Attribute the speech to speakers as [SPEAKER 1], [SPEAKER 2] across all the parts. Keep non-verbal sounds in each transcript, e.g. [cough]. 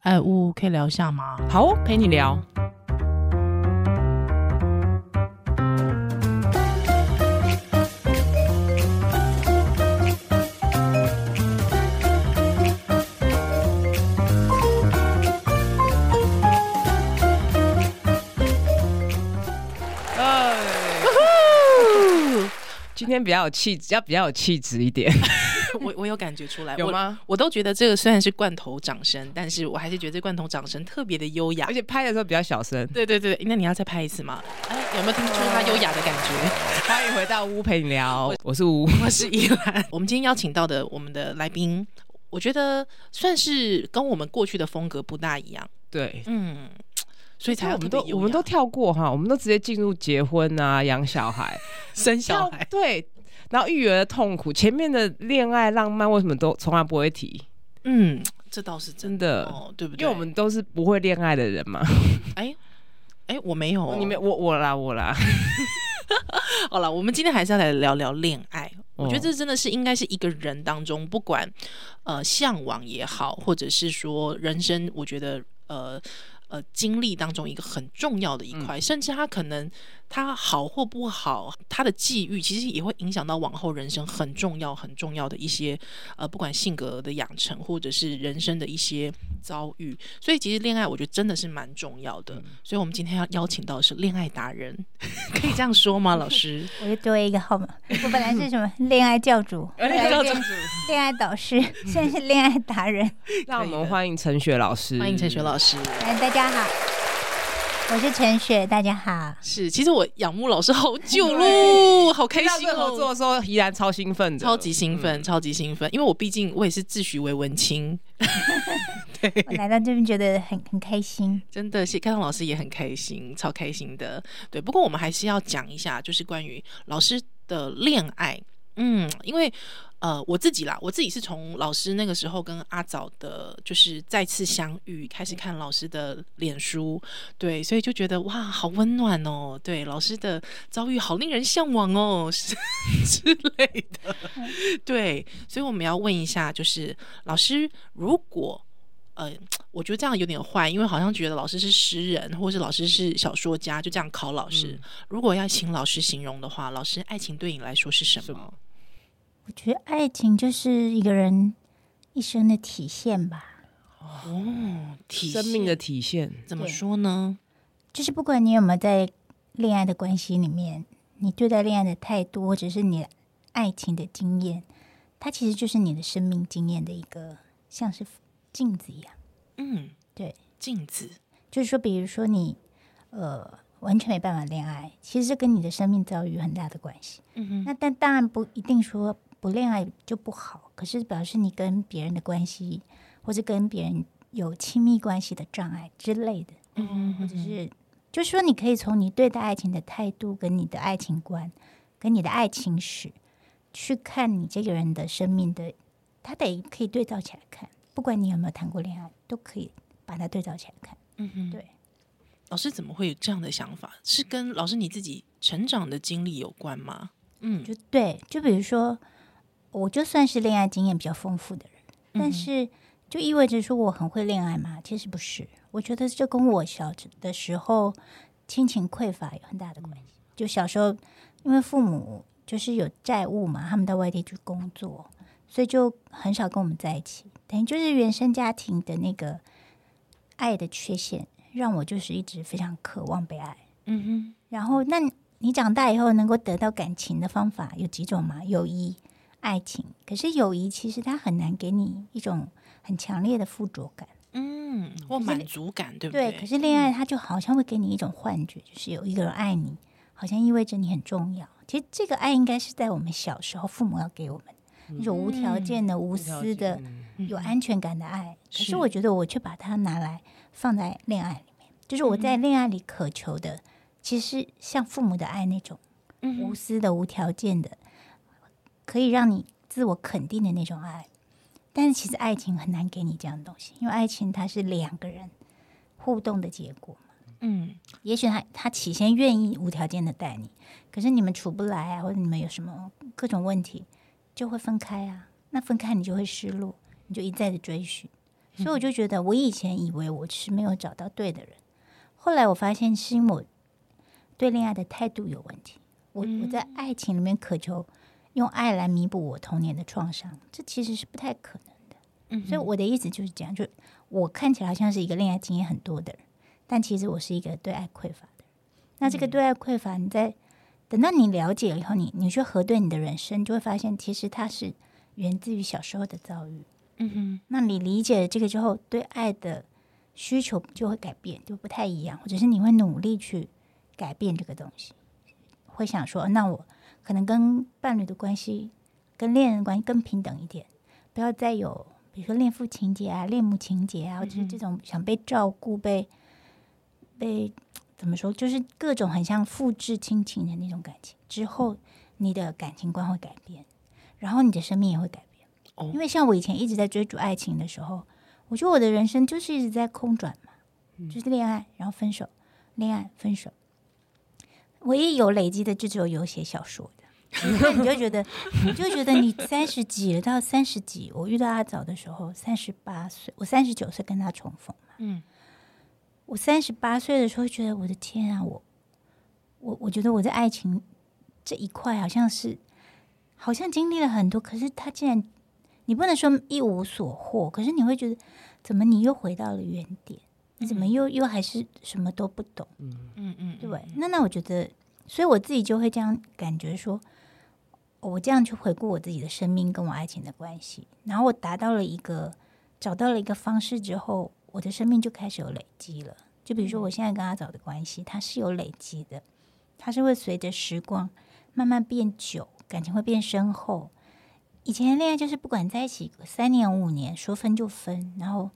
[SPEAKER 1] 哎，呜，可以聊一下吗？
[SPEAKER 2] 好哦，陪你聊。哎今天比较有气质，要比较有气质一点，
[SPEAKER 1] [laughs] 我我有感觉出来，
[SPEAKER 2] 有
[SPEAKER 1] 我
[SPEAKER 2] 吗？
[SPEAKER 1] 我都觉得这个虽然是罐头掌声，但是我还是觉得这罐头掌声特别的优雅
[SPEAKER 2] [laughs] 而。且拍的时候比较小声。
[SPEAKER 1] 对对对，那你要再拍一次吗？哎，有没有听出它优雅的感觉？
[SPEAKER 2] 欢迎回到屋陪你聊，我是屋。
[SPEAKER 1] [laughs] 我是依兰。我们今天邀请到的我们的来宾，我觉得算是跟我们过去的风格不大一样。
[SPEAKER 2] 对，
[SPEAKER 1] 嗯，所以才
[SPEAKER 2] 哎我
[SPEAKER 1] 要
[SPEAKER 2] 们
[SPEAKER 1] 特
[SPEAKER 2] 都
[SPEAKER 1] 别优
[SPEAKER 2] 我们
[SPEAKER 1] 雅
[SPEAKER 2] 都跳过哈，我们都直接进入结婚啊、 [laughs] 养小孩、
[SPEAKER 1] 生小
[SPEAKER 2] 跳
[SPEAKER 1] 孩。
[SPEAKER 2] 对，然后育儿的痛苦，前面的恋爱浪漫为什么都从来不会提？
[SPEAKER 1] 嗯，这倒是真
[SPEAKER 2] 真
[SPEAKER 1] 的
[SPEAKER 2] 的，
[SPEAKER 1] 哦，对不对？
[SPEAKER 2] 因为我们都是不会恋爱的人嘛。
[SPEAKER 1] 哎哎，我没有哦，
[SPEAKER 2] 你们我我啦
[SPEAKER 1] [laughs]
[SPEAKER 2] 我啦，
[SPEAKER 1] 好了，我们今天还是要来聊聊恋爱。我觉得
[SPEAKER 2] 哦
[SPEAKER 1] 这真的是应该是一个人当中，不管呃向往也好，或者是说人生，我觉得呃呃经历当中一个很重要的一块，甚至他可能他好或不好，他的际遇其实也会影响到往后人生很重要很重要的一些呃，不管性格的养成，或者是人生的一些遭遇。所以其实恋爱，我觉得真的是蛮重要的。所以我们今天要邀请到的是恋爱达人，可以这样说吗，老师？
[SPEAKER 3] 我就多一个号码。我本来是什么恋爱教主、
[SPEAKER 2] [laughs] 恋爱教主、
[SPEAKER 3] 恋爱导师，现在是恋爱达人。
[SPEAKER 2] 让我
[SPEAKER 1] 可以
[SPEAKER 2] 们
[SPEAKER 1] 的
[SPEAKER 2] 欢迎陈雪老师，
[SPEAKER 1] 欢迎陈雪老师。
[SPEAKER 2] 嗯
[SPEAKER 3] 哎，大家好，我是陈雪，大家好。
[SPEAKER 1] 是，其实我仰慕老师好久喽，好开
[SPEAKER 2] 听到
[SPEAKER 1] 心
[SPEAKER 2] 这个合作
[SPEAKER 1] 哦。
[SPEAKER 2] 的时候，依然超兴奋的，嗯
[SPEAKER 1] 超级兴奋，超级兴奋，因为我毕竟我也是自诩为文青，
[SPEAKER 3] 我来到这边觉得很很开心。
[SPEAKER 1] 真的是看到老师也很开心，超开心的。对，不过我们还是要讲一下，就是关于老师的恋爱。嗯，因为呃，我自己啦，我自己是从老师那个时候跟阿早的，就是再次相遇，开始看老师的脸书，对，所以就觉得哇，好温暖哦。对，老师的遭遇好令人向往哦， [laughs] 是之类的。对，所以我们要问一下，就是老师，如果呃，我觉得这样有点坏，因为好像觉得老师是诗人，或是老师是小说家，就这样考老师。
[SPEAKER 2] 嗯
[SPEAKER 1] 如果要请老师形容的话，老师爱情对你来说是什么？
[SPEAKER 2] 什么
[SPEAKER 3] 我觉得爱情就是一个人一生的体现吧，
[SPEAKER 1] 哦，体
[SPEAKER 2] 生命的体现。
[SPEAKER 1] 怎么
[SPEAKER 3] 对
[SPEAKER 1] 说呢？
[SPEAKER 3] 就是不管你有没有在恋爱的关系里面，你对待恋爱的态度，或者是你爱情的经验，它其实就是你的生命经验的一个像是镜子一样。
[SPEAKER 1] 嗯，
[SPEAKER 3] 对，
[SPEAKER 1] 镜子，
[SPEAKER 3] 就是说，比如说你呃完全没办法恋爱，其实这跟你的生命遭遇有很大的关系。
[SPEAKER 1] 嗯哼，
[SPEAKER 3] 那但当然不一定说不恋爱就不好，可是表示你跟别人的关系，或者跟别人有亲密关系的障碍之类的，
[SPEAKER 1] 嗯
[SPEAKER 3] 或者是就是说你可以从你对待爱情的态度、跟你的爱情观、跟你的爱情史去看你这个人的生命的，他得可以对照起来看，不管你有没有谈过恋爱，都可以把它对照起来看。
[SPEAKER 1] 嗯哼，
[SPEAKER 3] 对。
[SPEAKER 1] 老师怎么会有这样的想法？是跟老师你自己成长的经历有关吗？嗯，
[SPEAKER 3] 就对，就比如说，我就算是恋爱经验比较丰富的人，
[SPEAKER 1] 嗯哼
[SPEAKER 3] 但是就意味着说我很会恋爱吗？其实不是，我觉得这跟我小的时候亲情匮乏有很大的关系。就小时候，因为父母就是有债务嘛，他们到外地去工作，所以就很少跟我们在一起。等于就是原生家庭的那个爱的缺陷，让我就是一直非常渴望被爱。
[SPEAKER 1] 嗯哼，
[SPEAKER 3] 然后，那你长大以后能够得到感情的方法有几种嘛？友谊、爱情。可是友谊其实它很难给你一种很强烈的附着感，
[SPEAKER 1] 嗯，或满足感，对不对？
[SPEAKER 3] 可是恋爱它就好像会给你一种幻觉，就是有一个人爱你，好像意味着你很重要。其实这个爱应该是在我们小时候父母要给我们那种无条件的、嗯无私的、有安全感的爱。可
[SPEAKER 1] 是
[SPEAKER 3] 是我觉得我却把它拿来放在恋爱里面，就是我在恋爱里渴求的，其实像父母的爱那种。
[SPEAKER 1] 嗯
[SPEAKER 3] 无
[SPEAKER 1] 哼，
[SPEAKER 3] 私的、无条件的，可以让你自我肯定的那种爱。但是其实爱情很难给你这样的东西，因为爱情它是两个人互动的结果嘛。
[SPEAKER 1] 嗯
[SPEAKER 3] 也许他他起先愿意无条件的带你，可是你们处不来啊，或者你们有什么各种问题，就会分开啊。那分开你就会失落，你就一再的追寻，所以我就觉得，我以前以为我是没有找到对的人，后来我发现是因为我对恋爱的态度有问题。我我在爱情里面渴求用爱来弥补我童年的创伤，这其实是不太可能的。
[SPEAKER 1] 嗯
[SPEAKER 3] 所以我的意思就是这样，就我看起来好像是一个恋爱经验很多的人，但其实我是一个对爱匮乏的人。那
[SPEAKER 1] 嗯
[SPEAKER 3] 这个对爱匮乏，你在等到你了解了以后，你你去核对你的人生，就会发现其实它是源自于小时候的遭遇。
[SPEAKER 1] 嗯哼，
[SPEAKER 3] 那你理解了这个之后，对爱的需求就会改变，就不太一样，或者是你会努力去改变这个东西，会想说，哦那我可能跟伴侣的关系、跟恋人的关系更平等一点，不要再有比如说恋父情节啊、恋母情节啊，或
[SPEAKER 1] 嗯
[SPEAKER 3] 者是这种想被照顾、被被怎么说，就是各种很像复制亲情的那种感情。之后，你的感情观会改变，然后你的生命也会改变。
[SPEAKER 1] 哦
[SPEAKER 3] 因为像我以前一直在追逐爱情的时候，我觉得我的人生就是一直在空转嘛，就是恋爱，然后分手，恋爱分手。唯一有累积的就只有有写小说的，那你就觉得，你就觉得你三十几了到三十几，我遇到阿早的时候三十八岁，我三十九岁跟他重逢嘛，
[SPEAKER 1] 嗯，
[SPEAKER 3] 我三十八岁的时候觉得我的天啊，我我我觉得我在爱情这一块好像是好像经历了很多，可是他竟然你不能说一无所获，可是你会觉得怎么你又回到了原点，你怎么又又还是什么都不懂？
[SPEAKER 1] 嗯嗯，
[SPEAKER 3] 对，那那我觉得，所以我自己就会这样感觉说，我这样去回顾我自己的生命跟我爱情的关系，然后我达到了一个找到了一个方式之后，我的生命就开始有累积了。就比如说
[SPEAKER 1] 嗯
[SPEAKER 3] 我现在跟阿早的关系，它是有累积的，它是会随着时光慢慢变久，感情会变深厚。以前的恋爱就是不管在一起三年五年，说分就分，然后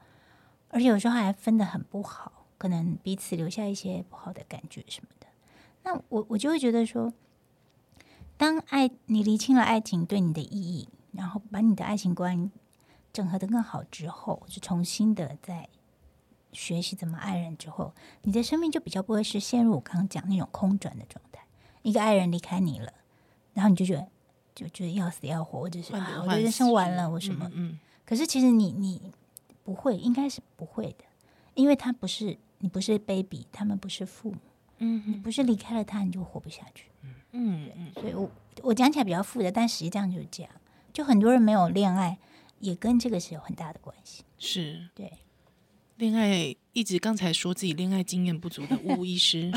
[SPEAKER 3] 而且有时候还分得很不好，可能彼此留下一些不好的感觉什么的。那我我就会觉得说，当爱你厘清了爱情对你的意义，然后把你的爱情观整合的更好之后，就重新的在学习怎么爱人之后，你的生命就比较不会是陷入我刚刚讲那种空转的状态。一个爱人离开你了，然后你就觉得就觉得要死要活，或者是
[SPEAKER 1] 患
[SPEAKER 3] 啊
[SPEAKER 1] 得
[SPEAKER 3] 我的
[SPEAKER 1] 患
[SPEAKER 3] 人生
[SPEAKER 1] 失
[SPEAKER 3] 完了，我什么
[SPEAKER 1] 嗯嗯
[SPEAKER 3] 可是其实你你不会，应该是不会的，因为他不是你不是 baby，他们不是父母，
[SPEAKER 1] 嗯
[SPEAKER 3] 你不是离开了他你就活不下去。
[SPEAKER 1] 嗯嗯
[SPEAKER 3] 所以我我讲起来比较复杂，但实际上就是这样。就很多人没有恋爱，也跟这个是有很大的关系。
[SPEAKER 1] 是
[SPEAKER 3] 对，
[SPEAKER 1] 恋爱，一直刚才说自己恋爱经验不足的巫医
[SPEAKER 3] [laughs]
[SPEAKER 1] 师，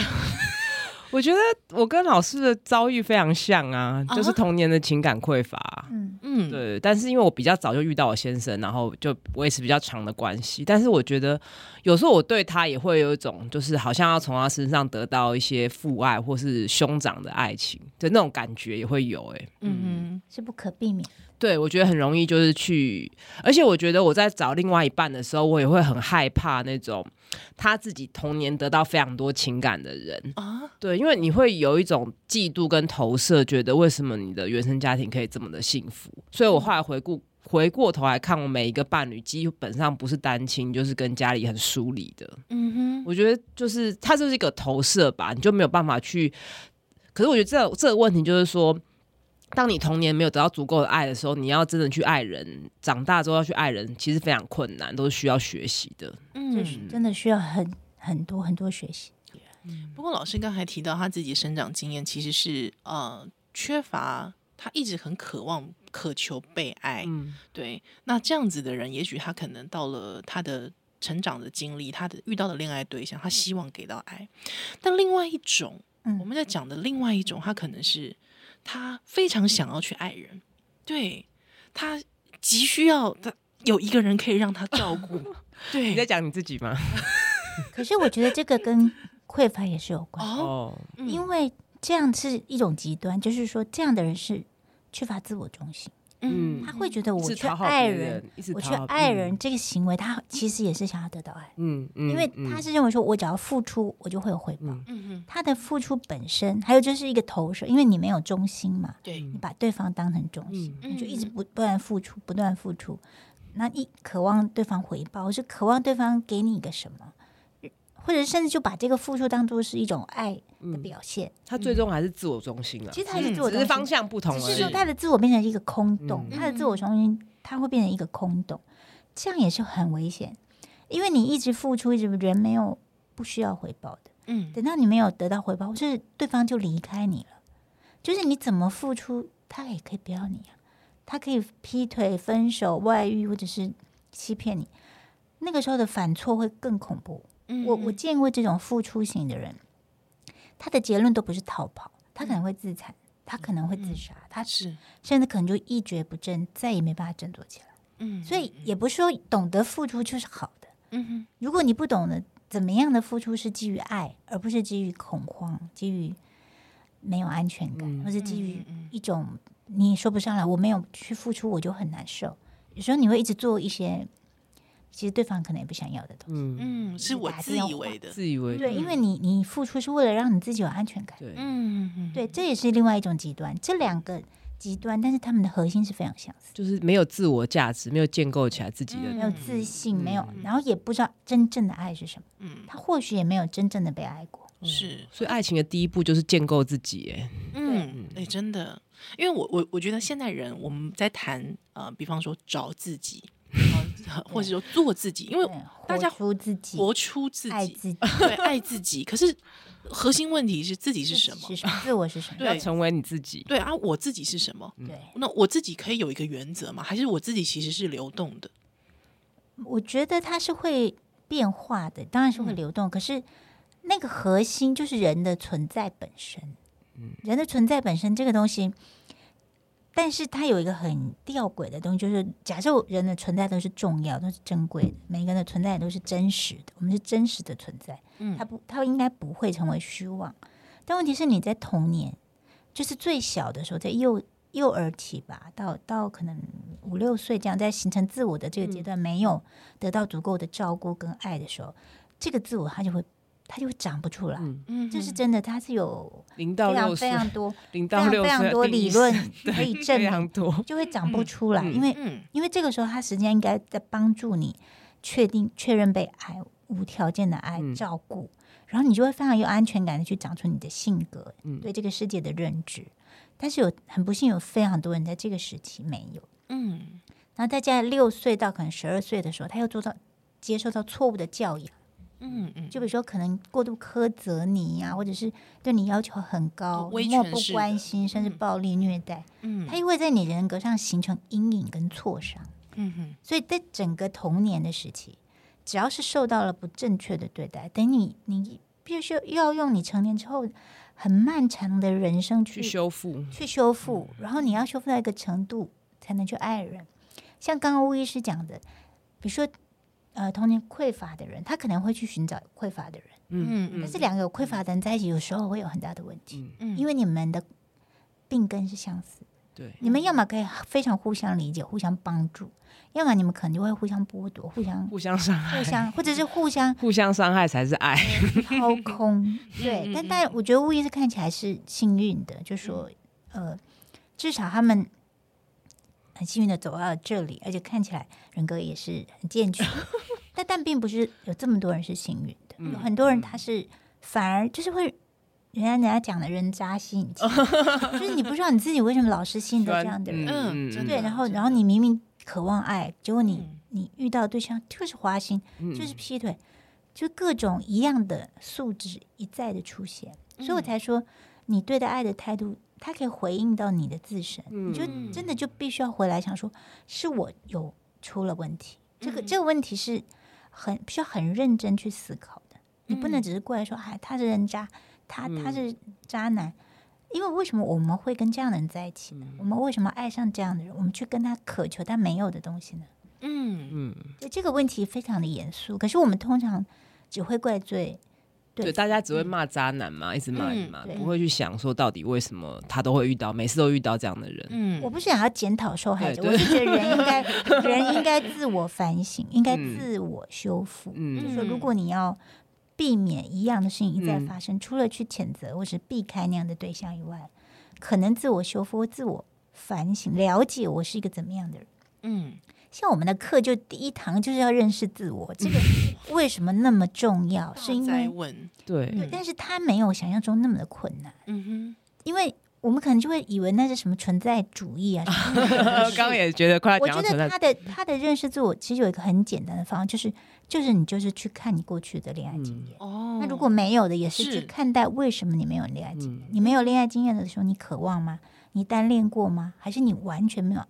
[SPEAKER 2] 我觉得我跟老师的遭遇非常像啊，
[SPEAKER 1] 啊
[SPEAKER 2] 就是童年的情感匮乏。
[SPEAKER 3] 嗯，
[SPEAKER 1] 嗯，
[SPEAKER 2] 对，但是因为我比较早就遇到我先生，然后就维持比较长的关系。但是我觉得有时候我对他也会有一种，就是好像要从他身上得到一些父爱或是兄长的爱情的那种感觉也会有、欸。哎，
[SPEAKER 1] 嗯
[SPEAKER 3] 是不可避免。
[SPEAKER 2] 对我觉得很容易就是去，而且我觉得我在找另外一半的时候，我也会很害怕那种他自己童年得到非常多情感的人，
[SPEAKER 1] 哼啊，
[SPEAKER 2] 对，因为你会有一种嫉妒跟投射，觉得为什么你的原生家庭可以这么的幸福？所
[SPEAKER 3] 嗯
[SPEAKER 2] 以我后来回顾回过头来看，我每一个伴侣基本上不是单亲，就是跟家里很疏离的。
[SPEAKER 1] 嗯哼，
[SPEAKER 2] 我觉得就是它就是一个投射吧，你就没有办法去。可是我觉得这这个问题就是说，当你童年没有得到足够的爱的时候，你要真的去爱人，长大之后要去爱人，其实非常困难，都是需要学习的。
[SPEAKER 3] 嗯
[SPEAKER 1] 嗯
[SPEAKER 3] 就是真的需要很很多很多学
[SPEAKER 1] [laughs]
[SPEAKER 3] 习。
[SPEAKER 1] 不过老师刚才提到他自己生长经验其实是呃缺乏，他一直很渴望、渴求被
[SPEAKER 3] 哎
[SPEAKER 1] 爱。
[SPEAKER 2] 嗯，
[SPEAKER 1] 对，那这样子的人，也许他可能到了他的成长的经历，他的遇到的恋爱对象，他希望给到爱。但另外一种，
[SPEAKER 3] 嗯
[SPEAKER 1] 我们在讲的另外一种，他可能是他非常想要去爱人，对他急需要他有一个人可以让他照顾。对，
[SPEAKER 2] 你在讲你自己吗？
[SPEAKER 3] 可是我觉得这个跟匮乏也是有关，
[SPEAKER 1] 哦，
[SPEAKER 2] 哦，
[SPEAKER 1] 嗯
[SPEAKER 3] 因为这样是一种极端，就是说这样的人是缺乏自我中心。
[SPEAKER 2] 嗯
[SPEAKER 3] 他会觉得
[SPEAKER 2] 一
[SPEAKER 3] 我
[SPEAKER 2] 直
[SPEAKER 3] 去
[SPEAKER 2] 讨好
[SPEAKER 3] 爱
[SPEAKER 2] 别
[SPEAKER 3] 人，，
[SPEAKER 2] 一直
[SPEAKER 3] 我去
[SPEAKER 2] 讨好
[SPEAKER 3] 爱人，这个行为，他其实也是想要得到爱，
[SPEAKER 2] 嗯嗯，
[SPEAKER 3] 因为
[SPEAKER 2] 嗯
[SPEAKER 3] 他是认为说我只要付出，我就会有回报。
[SPEAKER 2] 嗯
[SPEAKER 1] 嗯哼，
[SPEAKER 3] 他的付出本身，还有就是一个投射，因为你没有中心嘛，
[SPEAKER 1] 对，
[SPEAKER 3] 你把对方当成中心，
[SPEAKER 1] 嗯
[SPEAKER 3] 你就一直
[SPEAKER 1] 嗯
[SPEAKER 3] 不断付出，不断付出，那一渴望对方回报，或是渴望对方给你一个什么，或者甚至就把这个付出当做是一种爱的
[SPEAKER 2] 嗯
[SPEAKER 3] 表现。
[SPEAKER 2] 他最终还是自我中心啊，
[SPEAKER 3] 其实他是
[SPEAKER 1] 嗯
[SPEAKER 3] 自我
[SPEAKER 2] 只
[SPEAKER 3] 中
[SPEAKER 2] 是
[SPEAKER 3] 心，
[SPEAKER 2] 方向不同
[SPEAKER 3] 只
[SPEAKER 2] 而
[SPEAKER 3] 是说
[SPEAKER 2] 已。嗯
[SPEAKER 3] 他的自我变成一个空洞，
[SPEAKER 1] 嗯
[SPEAKER 3] 他的自我中心它会变成一个空洞。这样也是很危险，因为你一直付出，一直人没有不需要回报的。
[SPEAKER 1] 嗯，
[SPEAKER 3] 等到你没有得到回报，或是对方就离开你了，就是你怎么付出，他也可以不要你啊，他可以劈腿、分手、外遇，或者是欺骗你。那个时候的反错会更恐怖。
[SPEAKER 1] 嗯
[SPEAKER 3] 我我见过这种付出型的人，他的结论都不是逃跑，他可能会自残，他可能会
[SPEAKER 1] 嗯
[SPEAKER 3] 自杀，他
[SPEAKER 1] 是，
[SPEAKER 3] 甚至可能就一蹶不振，再也没办法振作起来。
[SPEAKER 1] 嗯，
[SPEAKER 3] 所以也不是说懂得付出就是好的。
[SPEAKER 1] 嗯哼，
[SPEAKER 3] 如果你不懂得怎么样的付出是基于爱，而不是基于恐慌、基于没有安全感，或
[SPEAKER 1] 嗯
[SPEAKER 3] 是基于一种你说不上来，我没有去付出，我就很难受。有时候你会一直做一些其实对方可能也不想要的东西，
[SPEAKER 2] 嗯，
[SPEAKER 1] 嗯，是我
[SPEAKER 3] 打
[SPEAKER 1] 自
[SPEAKER 3] 电
[SPEAKER 1] 以
[SPEAKER 3] 话
[SPEAKER 1] 为的，
[SPEAKER 2] 自以为嗯
[SPEAKER 3] 对，因为你你付出是为了让你自己有安全感，
[SPEAKER 2] 对，
[SPEAKER 1] 嗯嗯，
[SPEAKER 3] 对，这也是另外一种极端。这两个极端，但是他们的核心是非常相似，
[SPEAKER 2] 就是没有自我价值，没有建构起来自己
[SPEAKER 3] 没
[SPEAKER 2] 的，
[SPEAKER 1] 嗯
[SPEAKER 3] 有自信，没有，然后也不知道真正的爱是什么，
[SPEAKER 1] 嗯，
[SPEAKER 3] 他或许也没有真正的被爱过。
[SPEAKER 1] 是，
[SPEAKER 2] 所以爱情的第一步就是建构自己。哎，
[SPEAKER 1] 嗯，哎、真的，因为我我我觉得现代人我们在谈呃，比方说找自己，呃或者说做自己，因为
[SPEAKER 3] 对
[SPEAKER 1] 大
[SPEAKER 3] 嗯活
[SPEAKER 1] 家
[SPEAKER 3] 出自己，
[SPEAKER 1] 活出自
[SPEAKER 3] 爱
[SPEAKER 1] 己，
[SPEAKER 3] 自己
[SPEAKER 1] 对，爱自己。可是核心问题是自己是什么
[SPEAKER 3] 是？什么？自我是什
[SPEAKER 1] [laughs]
[SPEAKER 3] 么？
[SPEAKER 1] 对
[SPEAKER 2] 要成为你自己。
[SPEAKER 1] 对啊，我自己是什么？
[SPEAKER 3] 对，
[SPEAKER 1] 那我自己可以有一个原则吗？还是我自己其实是流动的？
[SPEAKER 3] 我觉得它是会变化的，当然是会流动，可是那个核心就是人的存在本身。人的存在本身这个东西，但是它有一个很吊诡的东西，就是假设人的存在都是重要、都是珍贵的，每个人的存在都是真实的，我们是真实的存在，
[SPEAKER 1] 嗯
[SPEAKER 3] 它不，它应该不会成为虚妄。但问题是你在童年，就是最小的时候，在幼幼儿期吧，到到可能五六岁这样，在形成自我的这个阶段，没有得到足够的照顾跟爱的时候，这个自我它就会它就会长不出来。
[SPEAKER 2] 嗯，
[SPEAKER 1] 嗯，
[SPEAKER 3] 这是真的，它是有
[SPEAKER 2] 零到
[SPEAKER 3] 非
[SPEAKER 2] 六
[SPEAKER 3] 常
[SPEAKER 2] 岁
[SPEAKER 3] 非，常多、
[SPEAKER 2] 零
[SPEAKER 3] 非
[SPEAKER 2] 到
[SPEAKER 3] 常
[SPEAKER 2] 六
[SPEAKER 3] 非
[SPEAKER 2] 岁
[SPEAKER 3] 常
[SPEAKER 2] 的
[SPEAKER 3] 多
[SPEAKER 2] 定义
[SPEAKER 3] 理
[SPEAKER 2] 是
[SPEAKER 3] 论
[SPEAKER 2] [laughs]
[SPEAKER 3] 可以 [laughs] 证
[SPEAKER 2] 非常
[SPEAKER 3] 明，嗯
[SPEAKER 2] 多。
[SPEAKER 3] 就会长不出来，
[SPEAKER 2] 嗯
[SPEAKER 3] 因为
[SPEAKER 1] 嗯
[SPEAKER 3] 因为这个时候他时间应该在帮助你确定确认被爱无条件的爱
[SPEAKER 2] 嗯
[SPEAKER 3] 照顾，然后你就会非常有安全感的去长出你的性格，
[SPEAKER 2] 嗯
[SPEAKER 3] 对这个世界的认知。但是有很不幸有非常多人在这个时期没有，
[SPEAKER 1] 嗯
[SPEAKER 3] 然后大家六岁到可能十二岁的时候，他又做到接受到错误的教养，
[SPEAKER 1] 嗯嗯，
[SPEAKER 3] 就比如说可能过度苛责你呀、或者是对你要求很高，
[SPEAKER 1] 威
[SPEAKER 3] 漠
[SPEAKER 1] 权
[SPEAKER 3] 不
[SPEAKER 1] 式
[SPEAKER 3] 关
[SPEAKER 1] 的
[SPEAKER 3] 心，甚至
[SPEAKER 1] 嗯
[SPEAKER 3] 暴力虐待，
[SPEAKER 1] 嗯
[SPEAKER 3] 它又会在你人格上形成阴影跟挫伤。
[SPEAKER 1] 嗯嗯
[SPEAKER 3] 所以在整个童年的时期，只要是受到了不正确的对待，等你你必须要用你成年之后很漫长的人生去
[SPEAKER 2] 去修复，
[SPEAKER 3] 去修复，然后你要修复到一个程度，才能去爱人。像刚刚巫医师讲的，比如说呃童年匮乏的人，他可能会去寻找匮乏的人，
[SPEAKER 1] 嗯
[SPEAKER 3] 但
[SPEAKER 1] 嗯
[SPEAKER 3] 是两个有匮乏的人在一起，有时候会有很大的问题，
[SPEAKER 1] 嗯，
[SPEAKER 3] 因
[SPEAKER 1] 为
[SPEAKER 3] 为你们的病根是相似的。
[SPEAKER 2] 对，
[SPEAKER 3] 你们要么可以非常互相理解、互相帮助，要么你们可能就会互相剥夺、
[SPEAKER 1] [laughs]
[SPEAKER 3] 互相、
[SPEAKER 2] 互相伤害
[SPEAKER 3] 互，相，或者是互相
[SPEAKER 2] 互相伤害才是爱。
[SPEAKER 3] 掏
[SPEAKER 1] [laughs]
[SPEAKER 3] 空。对
[SPEAKER 1] 嗯，
[SPEAKER 3] 但
[SPEAKER 1] 嗯
[SPEAKER 3] 但我觉得巫医是看起来是幸运的，就说
[SPEAKER 1] 嗯
[SPEAKER 3] 呃，至少他们很幸运的走到这里，而且看起来人格也是很健
[SPEAKER 1] [laughs]
[SPEAKER 3] 全。但但并不是有这么多人是幸运
[SPEAKER 1] 嗯
[SPEAKER 3] 的，有很多人他是反而就是会。人家人家讲的人渣吸
[SPEAKER 1] [laughs]
[SPEAKER 3] 引器，就是你不知道你自己为什么老是吸引到这样的人，
[SPEAKER 1] 嗯真
[SPEAKER 3] 对，
[SPEAKER 1] 的
[SPEAKER 3] 然后
[SPEAKER 1] 真
[SPEAKER 3] 然后
[SPEAKER 1] 的
[SPEAKER 3] 你明明渴望爱，结果你、
[SPEAKER 1] 嗯
[SPEAKER 3] 你遇到的对象就是花心，嗯
[SPEAKER 2] 嗯
[SPEAKER 3] 就是劈腿，就各种一样的素质一再的出现，所
[SPEAKER 1] 嗯
[SPEAKER 3] 以我才说你对待爱的态度，它可以回应到你的自身，你就
[SPEAKER 2] 嗯
[SPEAKER 3] 真的就必须要回来想说，是我有出了问题，这
[SPEAKER 1] 嗯
[SPEAKER 3] 个这个问题是很必须要很认真去思考的，你不
[SPEAKER 1] 嗯
[SPEAKER 2] 嗯
[SPEAKER 3] 能只是过来说，哎，他是人渣，他他是渣男。因为为什么我们会跟这样的人在一起呢？我
[SPEAKER 2] 嗯
[SPEAKER 3] 们为什么爱上这样的人？我们去跟他渴求他没有的东西呢？
[SPEAKER 1] 嗯
[SPEAKER 2] 嗯，
[SPEAKER 3] 对这个问题非常的严肃，可是我们通常只会怪罪对嗯
[SPEAKER 2] 对，大家只会骂渣男嘛，一直骂你嘛
[SPEAKER 3] 嗯，对
[SPEAKER 2] 不会去想说到底为什么他都会遇到，每次都遇到这样的人。
[SPEAKER 1] 嗯，
[SPEAKER 3] 我不是想要检讨受害者，
[SPEAKER 2] 对
[SPEAKER 3] 我是觉得人应
[SPEAKER 2] [laughs]
[SPEAKER 3] 该人应该自我反省，应该
[SPEAKER 2] 嗯
[SPEAKER 3] 自我修复。
[SPEAKER 2] 嗯
[SPEAKER 3] 就说如果你要避免一样的事情一再
[SPEAKER 2] 嗯
[SPEAKER 3] 发生，除了去谴责或是避开那样的对象以外，可能自我修复、自我反省，了解我是一个怎么样的人。
[SPEAKER 1] 嗯
[SPEAKER 3] 像我们的课就第一堂就是要认识自我，
[SPEAKER 2] [laughs]
[SPEAKER 3] 这个为什么那么重要？是因
[SPEAKER 1] 在
[SPEAKER 3] 为
[SPEAKER 1] 嗯问，
[SPEAKER 2] 对，
[SPEAKER 3] 对，但是他没有想象中那么的困难。
[SPEAKER 1] 嗯
[SPEAKER 3] 因为我们可能就会以为那是什么存在主义啊。什
[SPEAKER 2] [laughs]
[SPEAKER 3] 么
[SPEAKER 2] 刚刚也觉得快要
[SPEAKER 3] 我
[SPEAKER 2] 讲
[SPEAKER 3] 觉
[SPEAKER 2] 到存
[SPEAKER 3] 得
[SPEAKER 2] 在
[SPEAKER 3] 他的他的认识自我其实有一个很简单的方法，就是就是你就是去看你过去的恋爱经
[SPEAKER 2] 嗯
[SPEAKER 3] 验。
[SPEAKER 1] 哦
[SPEAKER 3] 那如果没有的，也是
[SPEAKER 1] 是嗯
[SPEAKER 3] 去看待为什么你没有恋爱经验。你没有恋爱经验的时候，你渴望吗？你单恋过吗？还是你完全没有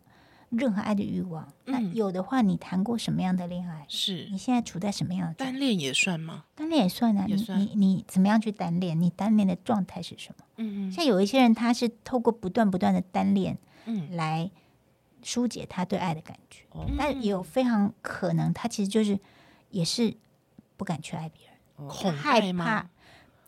[SPEAKER 3] 任何爱的欲望？那
[SPEAKER 1] 嗯
[SPEAKER 3] 有的话，你谈过什么样的恋爱？
[SPEAKER 1] 是
[SPEAKER 3] 你现在处在什么样的状态？
[SPEAKER 1] 单恋也算吗？
[SPEAKER 3] 单恋也算啊，
[SPEAKER 1] 也算
[SPEAKER 3] 你你你怎么样去单恋？你单恋的状态是什么？
[SPEAKER 1] 嗯
[SPEAKER 3] 像有一些人，他是透过不断不断的单恋
[SPEAKER 1] 嗯，
[SPEAKER 3] 来疏解他对爱的感觉，
[SPEAKER 2] 哦
[SPEAKER 3] 但也有非常可能他其实就是也是不敢去爱别人，
[SPEAKER 1] 哦恐
[SPEAKER 3] 害
[SPEAKER 1] 爱
[SPEAKER 3] 怕
[SPEAKER 1] 吗？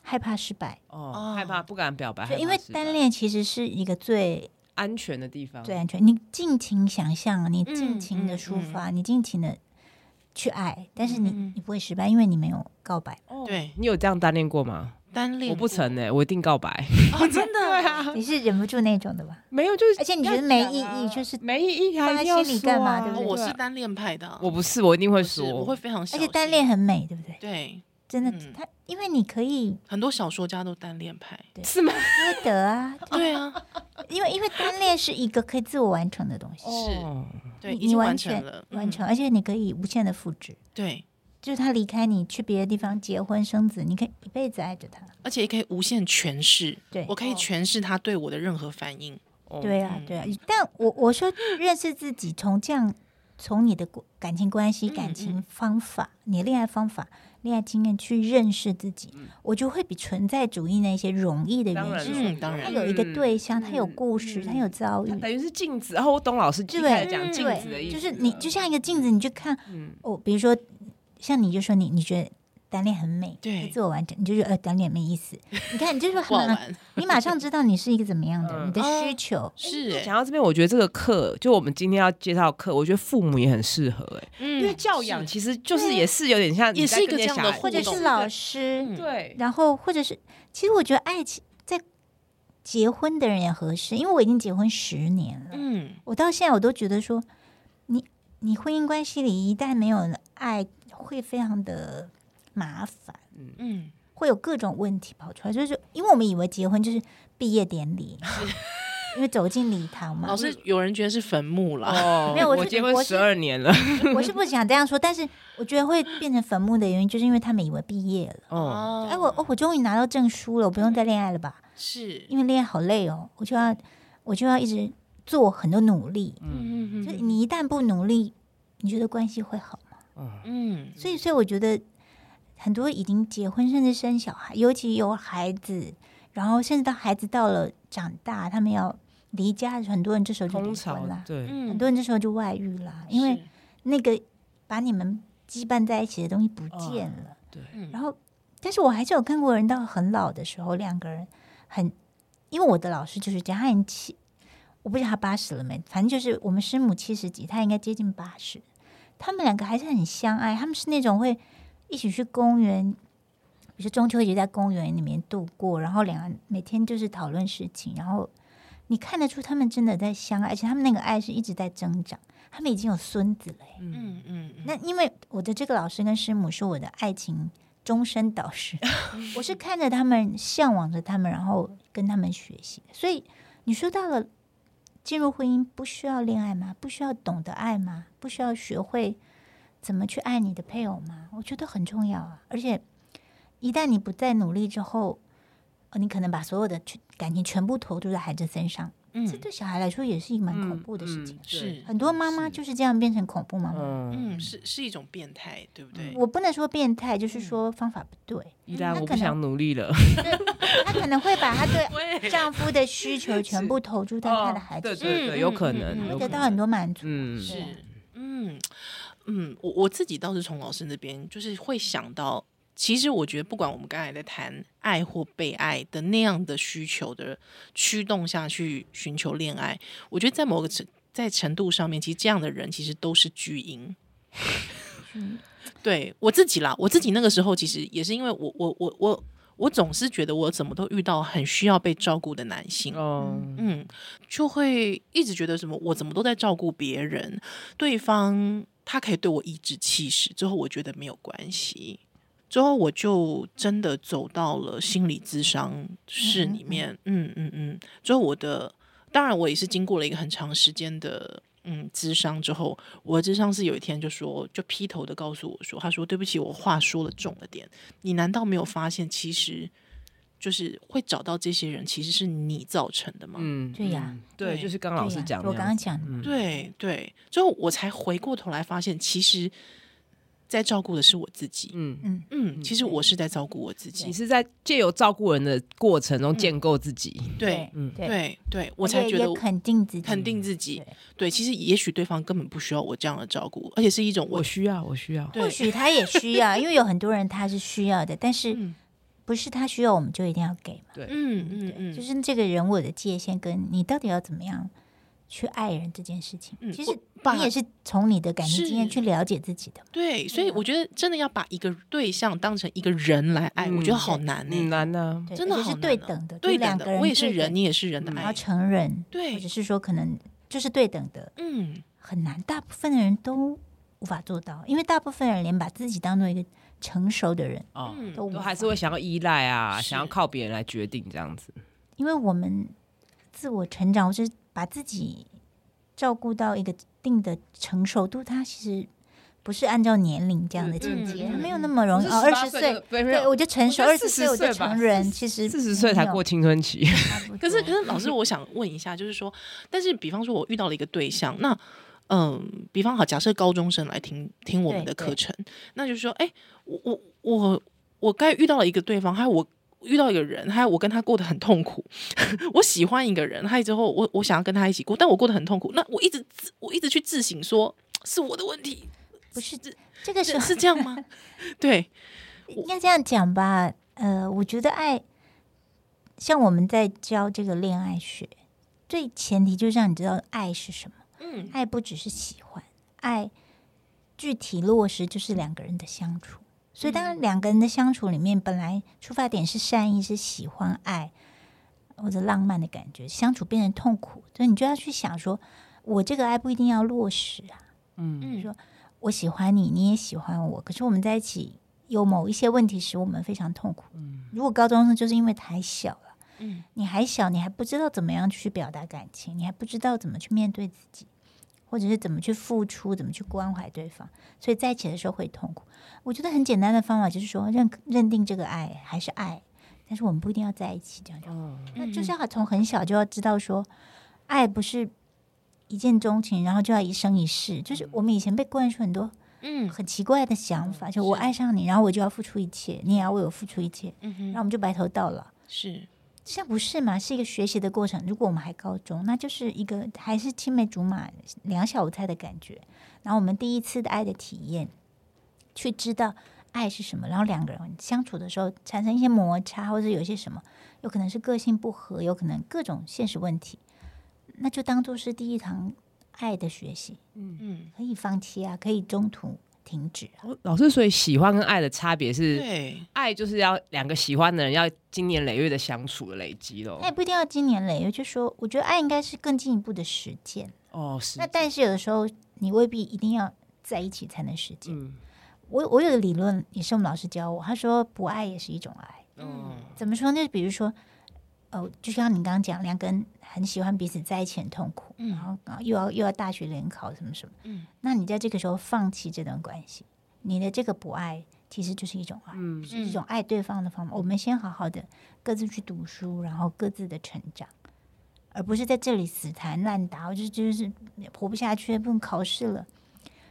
[SPEAKER 3] 害怕失败，
[SPEAKER 2] 哦
[SPEAKER 1] 哦，
[SPEAKER 2] 害怕不敢表白，害
[SPEAKER 3] 就
[SPEAKER 2] 怕
[SPEAKER 3] 因为
[SPEAKER 2] 失败
[SPEAKER 3] 单恋其实是一个最
[SPEAKER 2] 安全的地方，
[SPEAKER 3] 最安全，你尽情想象，你尽
[SPEAKER 1] 嗯
[SPEAKER 3] 情的
[SPEAKER 1] 嗯
[SPEAKER 3] 抒发，你尽情的去爱，但是你、
[SPEAKER 1] 嗯
[SPEAKER 3] 你不会失败，因为你没有告白。
[SPEAKER 2] 哦
[SPEAKER 1] 对
[SPEAKER 2] 你有这样单恋过吗？
[SPEAKER 1] 单恋
[SPEAKER 2] 我不曾呢、我一定告白。
[SPEAKER 1] 过哦，真的对啊， [laughs]
[SPEAKER 3] 你是忍不住那种的吧？
[SPEAKER 2] 没有，就是
[SPEAKER 3] 而且你觉得没意义，就是
[SPEAKER 2] 没意义啊，
[SPEAKER 3] 放在
[SPEAKER 2] 一定要
[SPEAKER 3] 心里
[SPEAKER 2] 说啊
[SPEAKER 3] 干嘛对不对
[SPEAKER 1] 哦我是单恋派的啊，
[SPEAKER 2] 我不是，我一定会
[SPEAKER 1] 不是
[SPEAKER 2] 说，
[SPEAKER 1] 我会非常小
[SPEAKER 3] 而
[SPEAKER 1] 心，
[SPEAKER 3] 且单恋很美，对不对？
[SPEAKER 1] 对
[SPEAKER 3] 真的
[SPEAKER 1] 嗯，
[SPEAKER 3] 他、因为你可以
[SPEAKER 1] 很多小说家都单恋派，
[SPEAKER 2] [laughs] 是吗？
[SPEAKER 3] 歌德啊，
[SPEAKER 1] 对啊，
[SPEAKER 3] 因为因为单恋是一个可以自我完成的东西，
[SPEAKER 2] 哦，
[SPEAKER 1] 对，
[SPEAKER 3] 你
[SPEAKER 1] 已
[SPEAKER 3] 你
[SPEAKER 1] 经
[SPEAKER 3] 完
[SPEAKER 1] 成
[SPEAKER 3] 全
[SPEAKER 1] 了，
[SPEAKER 3] 完
[SPEAKER 1] 嗯
[SPEAKER 3] 成，而且你可以无限的复制。
[SPEAKER 1] 对，
[SPEAKER 3] 就是他离开你去别的地方结婚生子，你可以一辈子爱着他。
[SPEAKER 1] 而且也可以无限诠释，
[SPEAKER 3] 对
[SPEAKER 1] 我可以诠释他对我的任何反应，
[SPEAKER 2] 哦
[SPEAKER 3] 对啊
[SPEAKER 1] 嗯，
[SPEAKER 3] 对啊。但我我说认识自己，从这样从你的过感情关系、
[SPEAKER 1] 嗯
[SPEAKER 3] 感情方法、你的恋爱方法、恋爱经验去认识自己，我就会比存在主义那些容易的
[SPEAKER 2] 当
[SPEAKER 3] 元
[SPEAKER 2] 然
[SPEAKER 3] 素。
[SPEAKER 1] 嗯，嗯当
[SPEAKER 3] 他
[SPEAKER 1] 然
[SPEAKER 3] 有一个对象，他有
[SPEAKER 2] 嗯
[SPEAKER 3] 故事，他
[SPEAKER 2] 嗯
[SPEAKER 3] 有遭遇，
[SPEAKER 2] 等于是镜子。哦然后我懂老师一
[SPEAKER 3] 对嗯
[SPEAKER 2] 开始讲
[SPEAKER 1] 嗯
[SPEAKER 2] 镜子的
[SPEAKER 3] 对，
[SPEAKER 2] 意思
[SPEAKER 3] 就
[SPEAKER 2] 了，
[SPEAKER 3] 是你就像一个镜子，你去看
[SPEAKER 2] 嗯
[SPEAKER 3] 哦，比如说像你就说你你觉得单恋很美，
[SPEAKER 1] 对
[SPEAKER 3] 可自我完整，你就觉得呃单恋没
[SPEAKER 2] [laughs]
[SPEAKER 3] 意思。你看你就是
[SPEAKER 1] 不好
[SPEAKER 3] 很
[SPEAKER 1] 玩，
[SPEAKER 3] 你马上知道你是一个怎么样的，
[SPEAKER 2] 嗯
[SPEAKER 3] 你的
[SPEAKER 1] 哦
[SPEAKER 3] 需求。
[SPEAKER 1] 是欸，
[SPEAKER 2] 讲到这边，我觉得这个课，就我们今天要介绍的课，我觉得父母也很适合哎、
[SPEAKER 1] 嗯
[SPEAKER 2] 因为教养
[SPEAKER 1] 是
[SPEAKER 2] 其实就是
[SPEAKER 3] 对啊
[SPEAKER 2] 也是有点像，
[SPEAKER 1] 也是一个这样的
[SPEAKER 3] 或者
[SPEAKER 1] 互
[SPEAKER 3] 是
[SPEAKER 1] 动
[SPEAKER 3] 老师，
[SPEAKER 2] 对，
[SPEAKER 3] 然后或者是，其实我觉得爱情在结婚的人也合适，因为我已经结婚十年了，
[SPEAKER 1] 嗯，
[SPEAKER 3] 我到现在我都觉得说，你你婚姻关系里一旦没有爱，会非常的麻烦，
[SPEAKER 1] 嗯，
[SPEAKER 3] 会有各种问题跑出来，就是因为我们以为结婚就是毕业典礼， [laughs] 因为走进礼堂嘛
[SPEAKER 1] 老。师有人觉得是坟墓啦，
[SPEAKER 2] [laughs] 哦，
[SPEAKER 3] 没有我
[SPEAKER 2] 我
[SPEAKER 3] 是
[SPEAKER 2] 结婚
[SPEAKER 3] 我是
[SPEAKER 2] 十二年了，
[SPEAKER 3] 我是不想这样说，但是我觉得会变成坟墓的原因，就是因为他们以为毕业了。
[SPEAKER 2] 哦，
[SPEAKER 1] 哦嗯
[SPEAKER 3] 哎， [laughs] 我哦我终于拿到证书了，我不用再恋爱了吧？
[SPEAKER 1] 是，
[SPEAKER 3] 因为恋爱好累哦，我就要我就要一直做很多努力。
[SPEAKER 1] 嗯
[SPEAKER 3] 就
[SPEAKER 1] 嗯
[SPEAKER 3] 是你一旦不努力，你觉得关系会好吗？
[SPEAKER 1] 嗯，
[SPEAKER 3] 所以，所以我觉得很多已经结婚甚至生小孩，尤其有孩子，然后甚至到孩子到了长大，他们要离家的时候，很多人这时候就
[SPEAKER 2] 空
[SPEAKER 3] 离
[SPEAKER 2] 巢
[SPEAKER 3] 婚啦，
[SPEAKER 2] 对，
[SPEAKER 1] 嗯
[SPEAKER 3] 很多人这时候就外遇啦，因
[SPEAKER 1] 是
[SPEAKER 3] 为那个把你们羁绊在一起的东西不见了。
[SPEAKER 2] 对
[SPEAKER 1] 嗯
[SPEAKER 3] 然后，但是我还是有看过人到很老的时候，两个人很，因为我的老师就是这样，他很七，我不知道他八十了没，反正就是我们师母七十几，他应该接近八十，他们两个还是很相爱，他们是那种会一起去公园。比如说中秋节在公园里面度过，然后两个人每天就是讨论事情，然后你看得出他们真的在相爱，而且他们那个爱是一直在增长。他们已经有孙子了耶、
[SPEAKER 1] 嗯嗯嗯
[SPEAKER 3] 那因为我的这个老师跟师母是我的爱情终身导师，我是看着他们，向往着他们，然后跟他们学习。所以你说到了进入婚姻，不需要恋爱吗？不需要懂得爱吗？不需要学会怎么去爱你的配偶吗？我觉得很重要啊！而且一旦你不再努力之后，呃你可能把所有的全感情全部投注在孩子身上，这
[SPEAKER 1] 嗯，
[SPEAKER 3] 对小孩来说也是一个蛮
[SPEAKER 2] 嗯
[SPEAKER 3] 恐怖的事情。
[SPEAKER 2] 嗯
[SPEAKER 1] 是，
[SPEAKER 3] 很多妈妈就是这样变成恐怖妈妈。
[SPEAKER 2] 嗯，
[SPEAKER 1] 嗯，是是一种变态，对不对？嗯
[SPEAKER 3] 我不能说变态，就是说方法不对。
[SPEAKER 2] 依然
[SPEAKER 3] 那
[SPEAKER 2] 我不
[SPEAKER 3] 可能
[SPEAKER 2] 想努力 [laughs] 了，
[SPEAKER 3] 她可能会把她
[SPEAKER 1] [laughs]
[SPEAKER 3] 对丈夫的需求全部投注在她的孩
[SPEAKER 2] 对
[SPEAKER 3] 子身
[SPEAKER 1] 嗯
[SPEAKER 2] 对对，有
[SPEAKER 1] 嗯
[SPEAKER 2] 可
[SPEAKER 1] 嗯
[SPEAKER 2] 能
[SPEAKER 1] 嗯
[SPEAKER 3] 上，
[SPEAKER 2] 有可
[SPEAKER 3] 会得到
[SPEAKER 2] 能
[SPEAKER 3] 很多满足。
[SPEAKER 2] 嗯，
[SPEAKER 3] 是啊
[SPEAKER 1] 嗯嗯，我我自己倒是从老师那边，就是会想到，其实我觉得不管我们刚才在谈爱或被爱的那样的需求的驱动下去寻求恋爱，我觉得在某个程在程度上面，其实这样的人其实都是巨婴。 [laughs] 对我自己啦，我自己那个时候其实也是因为我我我我我总是觉得我怎么都遇到很需要被照顾的男性，
[SPEAKER 2] 哦，
[SPEAKER 1] 嗯，就会一直觉得什么我怎么都在照顾别人，对方他可以对我颐指气使，最后我觉得没有关系。之后我就真的走到了心理咨商室里面，嗯嗯嗯。之后我的，当然我也是经过了一个很长时间的。嗯，咨商之后，我的咨商是有一天就说，就劈头的告诉我说，他说对不起，我话说了重了点，你难道没有发现，其实就是会找到这些人，其实是你造成的吗？
[SPEAKER 2] 嗯，
[SPEAKER 3] 对呀
[SPEAKER 2] 嗯对，
[SPEAKER 1] 对
[SPEAKER 2] 就是刚
[SPEAKER 3] 对
[SPEAKER 2] 老师
[SPEAKER 3] 呀
[SPEAKER 2] 讲的，
[SPEAKER 3] 我刚刚讲的，
[SPEAKER 2] 嗯，
[SPEAKER 1] 对对，之后我才回过头来发现，其实，在照顾的是我自己。
[SPEAKER 2] 嗯，
[SPEAKER 3] 嗯，
[SPEAKER 1] 嗯，其实我是在照顾我自
[SPEAKER 2] 你
[SPEAKER 1] 己。
[SPEAKER 2] 是在借由照顾人的过程
[SPEAKER 3] 嗯
[SPEAKER 2] 中建构自己，
[SPEAKER 1] 对
[SPEAKER 2] 嗯
[SPEAKER 3] 对，
[SPEAKER 1] 对对，我才
[SPEAKER 3] 也
[SPEAKER 1] 觉得
[SPEAKER 3] 也肯定自己，
[SPEAKER 1] 肯定自己
[SPEAKER 3] 对。
[SPEAKER 1] 对，其实也许对方根本不需要我这样的照顾，而且是一种
[SPEAKER 2] 我
[SPEAKER 1] 我
[SPEAKER 2] 需要，我需要，
[SPEAKER 1] 对
[SPEAKER 3] 或许他也需要，因为有很多人他是需要的，但是
[SPEAKER 1] 嗯
[SPEAKER 3] 不是他需要我们就一定要给嘛？
[SPEAKER 1] 嗯嗯
[SPEAKER 3] 对，
[SPEAKER 1] 嗯，
[SPEAKER 3] 就是这个人我的界限跟你到底要怎么样去爱人这件事情，
[SPEAKER 1] 嗯
[SPEAKER 3] 其
[SPEAKER 1] 我
[SPEAKER 3] 实
[SPEAKER 1] 把
[SPEAKER 3] 你也是嗯从你的感情经验
[SPEAKER 1] 是
[SPEAKER 3] 去了解自己的嘛。
[SPEAKER 1] 对，所以我觉得真的要把一个对象当成一个人来爱，我觉得
[SPEAKER 2] 嗯
[SPEAKER 1] 好难
[SPEAKER 2] 嗯，
[SPEAKER 1] 呢。
[SPEAKER 2] 难呢，
[SPEAKER 3] 对
[SPEAKER 1] 真的
[SPEAKER 3] 而且
[SPEAKER 1] 好
[SPEAKER 3] 是对
[SPEAKER 1] 难哦
[SPEAKER 3] 等的，就
[SPEAKER 1] 对等
[SPEAKER 3] 两个
[SPEAKER 1] 的，
[SPEAKER 3] 人
[SPEAKER 1] 我也是
[SPEAKER 3] 对
[SPEAKER 1] 人，
[SPEAKER 3] 等
[SPEAKER 1] 你也是人的
[SPEAKER 2] 嗯
[SPEAKER 3] 然后
[SPEAKER 1] 爱。
[SPEAKER 3] 承认，
[SPEAKER 1] 对
[SPEAKER 3] 或者是说可能就是对等的
[SPEAKER 1] 嗯，
[SPEAKER 3] 很难，大部分的人都无法做到，因为大部分人连把自己当做一个成熟的人
[SPEAKER 2] 哦，
[SPEAKER 1] 嗯
[SPEAKER 3] 都无
[SPEAKER 2] 都
[SPEAKER 3] 法
[SPEAKER 2] 还是会想要依赖啊，
[SPEAKER 1] 是
[SPEAKER 2] 想要靠别人来决定这样子，
[SPEAKER 3] 因为我们自我成长，或是把自己照顾到一个定的成熟度，它其实不是按照年龄这样的境界，
[SPEAKER 1] 嗯嗯嗯
[SPEAKER 3] 它
[SPEAKER 1] 嗯
[SPEAKER 3] 没有那么容易。哦，二十岁，，对我就成熟，
[SPEAKER 2] 我觉
[SPEAKER 3] 二
[SPEAKER 2] 得
[SPEAKER 3] 十
[SPEAKER 2] 40
[SPEAKER 3] 岁我
[SPEAKER 2] 岁
[SPEAKER 3] 就
[SPEAKER 2] 吧
[SPEAKER 3] 成人，其实
[SPEAKER 2] 四十岁才过青春期，
[SPEAKER 3] 没有。
[SPEAKER 1] 可是可
[SPEAKER 3] 是
[SPEAKER 1] 是老师，我想问一下，就是说，但是比方说我遇到了一个对象，那嗯，比方好，假设高中生来听听我们
[SPEAKER 3] 对
[SPEAKER 1] 的课
[SPEAKER 3] 对
[SPEAKER 1] 程，那就是说，哎、我我我我该遇到了一个对方，还有我。遇到一个人，还有我跟他过得很痛苦。 [laughs] 我喜欢一个人，还有之后我我想要跟他一起过，但我过得很痛苦。那我一直自我一直去自省说，是我的问题，
[SPEAKER 3] 不是这个时
[SPEAKER 1] 是
[SPEAKER 3] 候
[SPEAKER 1] 是这样吗？ [laughs] 对，
[SPEAKER 3] 应该这样讲吧？呃，我觉得爱，像我们在教这个恋爱学，最前提就是让你知道爱是什么。
[SPEAKER 1] 嗯
[SPEAKER 3] 爱不只是喜欢，爱具体落实就是两个人的相处。所以，当然两个人的相处里面，本来出发点是善意，是喜欢爱或者浪漫的感觉，相处变成痛苦，所以你就要去想说，我这个爱不一定要落实啊。
[SPEAKER 2] 嗯，
[SPEAKER 1] 嗯
[SPEAKER 3] 说我喜欢你，你也喜欢我，可是我们在一起有某一些问题使我们非常痛苦。如果高中生就是因为太小了，
[SPEAKER 1] 嗯
[SPEAKER 3] 你还小，你还不知道怎么样去表达感情，你还不知道怎么去面对自己，或者是怎么去付出，怎么去关怀对方，所以在一起的时候会痛苦。我觉得很简单的方法就是说认认定这个爱还是爱，但是我们不一定要在一起，这样就好
[SPEAKER 2] 哦，
[SPEAKER 3] 那
[SPEAKER 1] 嗯
[SPEAKER 3] 就是要从很小就要知道说，爱不是一见钟情，然后就要一生一世。就是我们以前被灌输很多
[SPEAKER 1] 嗯
[SPEAKER 3] 很奇怪的想法，就我爱上你，然后我就要付出一切，你也要为我付出一切，
[SPEAKER 1] 嗯
[SPEAKER 3] 然
[SPEAKER 1] 哼，
[SPEAKER 3] 后我们就白头到老。
[SPEAKER 1] 是
[SPEAKER 3] 现在不是嘛？是一个学习的过程。如果我们还高中，那就是一个还是青梅竹马、两小无猜的感觉。然后我们第一次的爱的体验，去知道爱是什么，然后两个人相处的时候产生一些摩擦，或者有一些什么，有可能是个性不合，有可能各种现实问题，那就当做是第一堂爱的学习，
[SPEAKER 1] 嗯
[SPEAKER 3] 可以放弃啊，可以中途停止啊。
[SPEAKER 2] 哦老师，所以喜欢跟爱的差别是，
[SPEAKER 1] 对
[SPEAKER 2] 爱就是要两个喜欢的人要经年累月的相处的累积咯
[SPEAKER 3] 那。也不一定要今年累，月，就说我觉得爱应该是更进一步的实践。
[SPEAKER 2] 哦，是
[SPEAKER 3] 那，但是有的时候你未必一定要在一起才能实践。
[SPEAKER 2] 嗯，
[SPEAKER 3] 我我有个理论也是我们老师教我，他说不爱也是一种爱。
[SPEAKER 2] 哦，
[SPEAKER 3] 怎么说呢？比如说，哦，就像你刚刚讲，两个人很喜欢彼此在一起很痛苦，
[SPEAKER 1] 嗯
[SPEAKER 3] 然后然后又要又要大学联考什么什么，
[SPEAKER 1] 嗯，
[SPEAKER 3] 那你在这个时候放弃这段关系，你的这个不爱其实就是一种爱，
[SPEAKER 2] 嗯
[SPEAKER 3] 是一种爱对方的方法。我们先好好的各自去读书，然后各自的成长。而不是在这里死缠烂打，我就就是活不下去，不用考试了。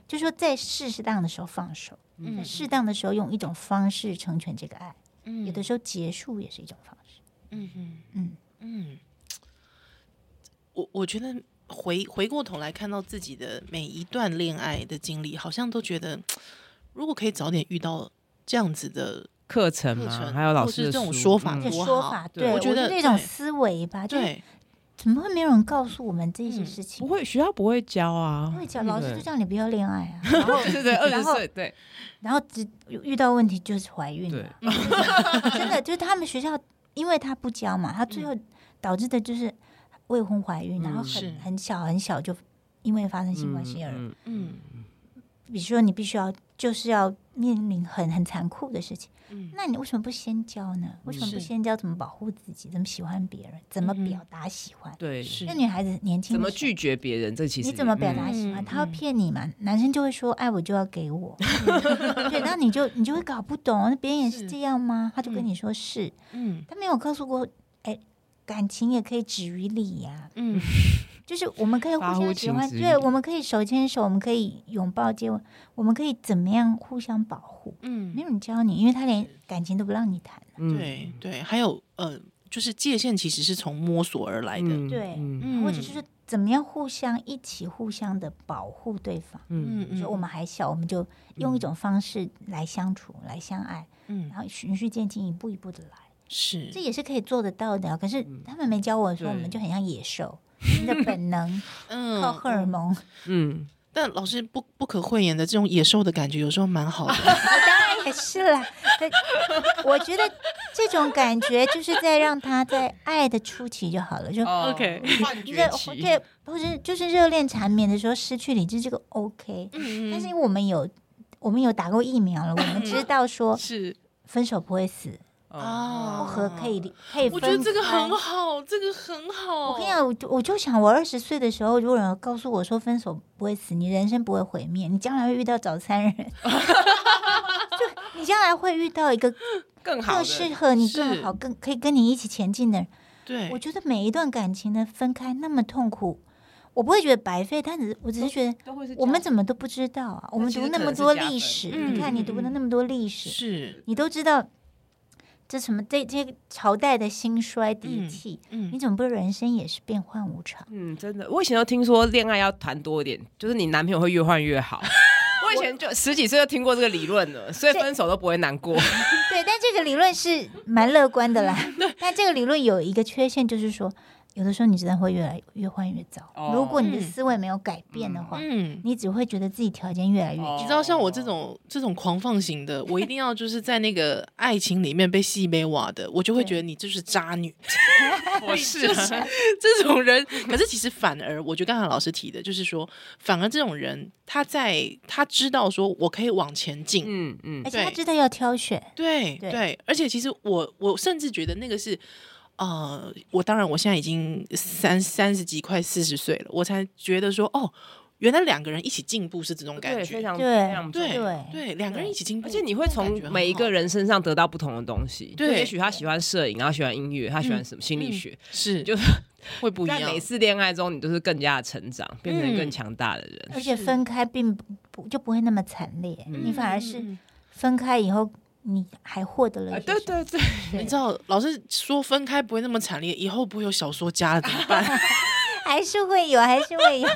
[SPEAKER 3] 就说在适当的时候放手，在
[SPEAKER 1] 嗯
[SPEAKER 3] 适当的时候用一种方式成全这个爱。
[SPEAKER 1] 嗯
[SPEAKER 3] 有的时候结束也是一种方式。
[SPEAKER 1] 嗯哼。
[SPEAKER 3] 嗯，
[SPEAKER 1] 嗯，我我觉得回回过头来看到自己的每一段恋爱的经历，好像都觉得，如果可以早点遇到这样子的，
[SPEAKER 2] 课程
[SPEAKER 1] 课
[SPEAKER 2] 嘛，
[SPEAKER 1] 程
[SPEAKER 2] 还有老
[SPEAKER 1] 或
[SPEAKER 2] 师
[SPEAKER 1] 是
[SPEAKER 2] 的
[SPEAKER 1] 这种
[SPEAKER 2] 书
[SPEAKER 1] 说法
[SPEAKER 2] 嗯
[SPEAKER 3] 这
[SPEAKER 1] 多好
[SPEAKER 3] 说法
[SPEAKER 2] 对
[SPEAKER 3] 对，
[SPEAKER 2] 我
[SPEAKER 1] 觉得
[SPEAKER 3] 是一种
[SPEAKER 1] 对
[SPEAKER 3] 思维吧。就是
[SPEAKER 1] 对，
[SPEAKER 3] 怎么会没有人告诉我们这些
[SPEAKER 1] 嗯
[SPEAKER 3] 事情？
[SPEAKER 2] 不会，学校不会教啊
[SPEAKER 3] 不，会讲，老师就
[SPEAKER 2] 对
[SPEAKER 3] 叫你不要恋爱啊，
[SPEAKER 2] 然后对对，二十
[SPEAKER 3] 然后
[SPEAKER 2] 岁，对
[SPEAKER 3] 然后只遇到问题就是怀孕
[SPEAKER 2] 对
[SPEAKER 3] 了。，真的就是他们学校，因为他不教嘛，他最后导致的就是未婚怀孕，
[SPEAKER 2] 嗯
[SPEAKER 3] 然后
[SPEAKER 1] 是
[SPEAKER 3] 很很小很小就因为发生性关系而
[SPEAKER 2] 嗯，
[SPEAKER 1] 嗯
[SPEAKER 3] 比如说你必须要就是要面临很很残酷的事情，
[SPEAKER 1] 嗯
[SPEAKER 3] 那你为什么不先教
[SPEAKER 2] 嗯
[SPEAKER 3] 呢？为什么不
[SPEAKER 1] 是
[SPEAKER 3] 先教怎么保护自己，怎么喜欢别人，怎么
[SPEAKER 1] 嗯哼
[SPEAKER 3] 表达喜欢？
[SPEAKER 2] 对，
[SPEAKER 1] 是
[SPEAKER 3] 那女孩子年轻
[SPEAKER 2] 怎
[SPEAKER 3] 的
[SPEAKER 2] 么
[SPEAKER 3] 时候
[SPEAKER 2] 拒绝别人？这其实
[SPEAKER 3] 你怎么表达
[SPEAKER 2] 嗯
[SPEAKER 3] 喜欢？
[SPEAKER 1] 嗯
[SPEAKER 3] 他
[SPEAKER 1] 嗯
[SPEAKER 3] 会骗你嘛？男生就会说：“爱我就要
[SPEAKER 2] [laughs]
[SPEAKER 3] 给我。”对，那你就你就会搞不懂，那别人也
[SPEAKER 1] 是
[SPEAKER 3] 是这样吗？他就跟
[SPEAKER 1] 嗯
[SPEAKER 3] 你说是， [laughs]
[SPEAKER 1] 嗯
[SPEAKER 3] 他没有告诉过，哎，感情也可以止于礼呀、 [laughs]
[SPEAKER 1] 嗯
[SPEAKER 3] 就是我们可以互
[SPEAKER 2] 发乎
[SPEAKER 3] 相喜
[SPEAKER 2] 情
[SPEAKER 3] 欢，
[SPEAKER 2] 止于
[SPEAKER 3] 对，
[SPEAKER 2] 礼
[SPEAKER 3] 我们可以手牵手，我们可以拥抱接吻，我们可以怎么样互相保护？没
[SPEAKER 1] 嗯，
[SPEAKER 3] 有人教你，因为他连感情都不让你谈。啊
[SPEAKER 2] 嗯
[SPEAKER 1] 对对，还有呃，就是界限其实是从摸索而来的，
[SPEAKER 2] 嗯
[SPEAKER 3] 对
[SPEAKER 2] 嗯
[SPEAKER 1] 嗯
[SPEAKER 3] 或者就是怎么样互相一起互相的保护对方。
[SPEAKER 2] 嗯
[SPEAKER 1] 嗯嗯，
[SPEAKER 3] 就我们还小，我们就用一种方式来相处、来相爱，
[SPEAKER 1] 嗯
[SPEAKER 3] 然后循序渐进，一步一步的来，
[SPEAKER 1] 是
[SPEAKER 3] 这也是可以做得到的啊。可是
[SPEAKER 1] 嗯
[SPEAKER 3] 他们没教我
[SPEAKER 2] 对
[SPEAKER 3] 说，我们就很像野兽，
[SPEAKER 1] [laughs]
[SPEAKER 3] 你的本能
[SPEAKER 1] 嗯
[SPEAKER 3] 靠荷尔
[SPEAKER 1] 嗯
[SPEAKER 3] 蒙，
[SPEAKER 2] 嗯，
[SPEAKER 1] 但老师不不可讳言的这种野兽的感觉，有时候蛮好的。
[SPEAKER 3] 当然也是啦。但我觉得这种感觉就是在让他在爱的初期就好了，就
[SPEAKER 2] 哦
[SPEAKER 1] OK
[SPEAKER 2] 幻
[SPEAKER 3] 你
[SPEAKER 2] 觉
[SPEAKER 3] 的
[SPEAKER 2] 期，
[SPEAKER 3] 对，或者就是热恋缠绵的时候失去理智，这个 OK。
[SPEAKER 1] 嗯
[SPEAKER 3] [laughs] 但是因为我们有我们有打过疫苗了，我们知道说
[SPEAKER 1] 是
[SPEAKER 3] 分手不会死，
[SPEAKER 2] 哦
[SPEAKER 3] 不
[SPEAKER 1] 啊
[SPEAKER 3] 合可以理可以
[SPEAKER 1] 我
[SPEAKER 3] 分
[SPEAKER 1] 觉得这个
[SPEAKER 3] 开
[SPEAKER 1] 很。好，这个很好。
[SPEAKER 3] 我跟你讲，我就我就想，我二十岁的时候，如果有人告诉我说分手不会死，你人生不会毁灭，你将来会遇到早餐人， [laughs] 就你将来会遇到一个
[SPEAKER 2] 更好
[SPEAKER 3] 更
[SPEAKER 2] 的
[SPEAKER 3] 适合你、
[SPEAKER 1] 是
[SPEAKER 3] 更好、更可以跟你一起前进的人。
[SPEAKER 1] 对，
[SPEAKER 3] 我觉得每一段感情的分开那么痛苦，我不会觉得白费，但只是我只是觉得
[SPEAKER 2] 都会是
[SPEAKER 3] 我们怎么都不知道啊？我们
[SPEAKER 2] 其
[SPEAKER 3] 读
[SPEAKER 2] 实
[SPEAKER 3] 那
[SPEAKER 2] 可
[SPEAKER 3] 么
[SPEAKER 2] 能是
[SPEAKER 3] 多
[SPEAKER 2] 加
[SPEAKER 3] 历
[SPEAKER 2] 分
[SPEAKER 3] 史，
[SPEAKER 1] 嗯
[SPEAKER 3] 你看你
[SPEAKER 1] 嗯
[SPEAKER 3] 读
[SPEAKER 1] 嗯
[SPEAKER 3] 了那么多历史，
[SPEAKER 1] 是
[SPEAKER 3] 你都知道这什么这这个朝代的兴衰
[SPEAKER 1] 嗯
[SPEAKER 3] 迭起，
[SPEAKER 1] 嗯
[SPEAKER 3] 你怎么不人生也是变幻无常？
[SPEAKER 2] 嗯，真的，我以前都听说恋爱要谈多一点，就是你男朋友会越换越好。我以前就十几岁就听过这个理论了，所以分手都不会难过。
[SPEAKER 3] 对，但这个理论是蛮乐观的啦。但这个理论有一个缺陷，就是说有的时候你真的会越来越换越糟。
[SPEAKER 2] 哦
[SPEAKER 3] 如果你的
[SPEAKER 1] 嗯
[SPEAKER 3] 思维没有改变的话，
[SPEAKER 1] 嗯。
[SPEAKER 3] 你只会觉得自己条件越来越。
[SPEAKER 2] 哦
[SPEAKER 1] 你知道像我这种这种狂放型的，我一定要就是在那个爱情里面被戏被瓦的，我就会觉得你就是渣女。
[SPEAKER 2] 我是啊
[SPEAKER 1] 就是 [laughs] 这种人。可是其实反而，我觉得刚才老师提的，就是说，反而这种人，他在他知道说我可以往前进，
[SPEAKER 2] 嗯嗯
[SPEAKER 3] 而且他
[SPEAKER 1] 对
[SPEAKER 3] 知道要挑选，
[SPEAKER 1] 对
[SPEAKER 3] 对
[SPEAKER 1] 对。而且其实我我甚至觉得那个是。呃，我当然我现在已经三三十几快四十岁了，我才觉得说哦，原来两个人一起进步是这种感
[SPEAKER 2] 对，
[SPEAKER 1] 觉，
[SPEAKER 2] 非常
[SPEAKER 3] 对
[SPEAKER 2] 非常
[SPEAKER 1] 对
[SPEAKER 3] 对
[SPEAKER 1] 对，两个人一起进步，
[SPEAKER 2] 而且你会
[SPEAKER 1] 那感觉
[SPEAKER 2] 从
[SPEAKER 1] 很
[SPEAKER 2] 每一
[SPEAKER 1] 好
[SPEAKER 2] 个人身上得到不同的东西。
[SPEAKER 1] 对
[SPEAKER 2] 就也许他喜欢摄影，然后喜欢音乐，他喜欢什么心理学，
[SPEAKER 1] 是
[SPEAKER 2] [laughs] 就是
[SPEAKER 1] 会不一
[SPEAKER 2] 在
[SPEAKER 1] 样
[SPEAKER 2] 嗯每，次恋爱中，你都是更加的成长，变成更强大的人。
[SPEAKER 3] 而且分开并不不就不会那么惨烈，你反而是
[SPEAKER 1] 嗯
[SPEAKER 3] 分开以后，你还获得了
[SPEAKER 2] 啊
[SPEAKER 3] 一些什么。
[SPEAKER 2] 对对，
[SPEAKER 1] 你知道老师说分开不会那么惨烈，以后不会有小说家了怎么
[SPEAKER 2] [laughs]
[SPEAKER 1] 办？
[SPEAKER 3] 还是会有，还是会有。
[SPEAKER 2] 好，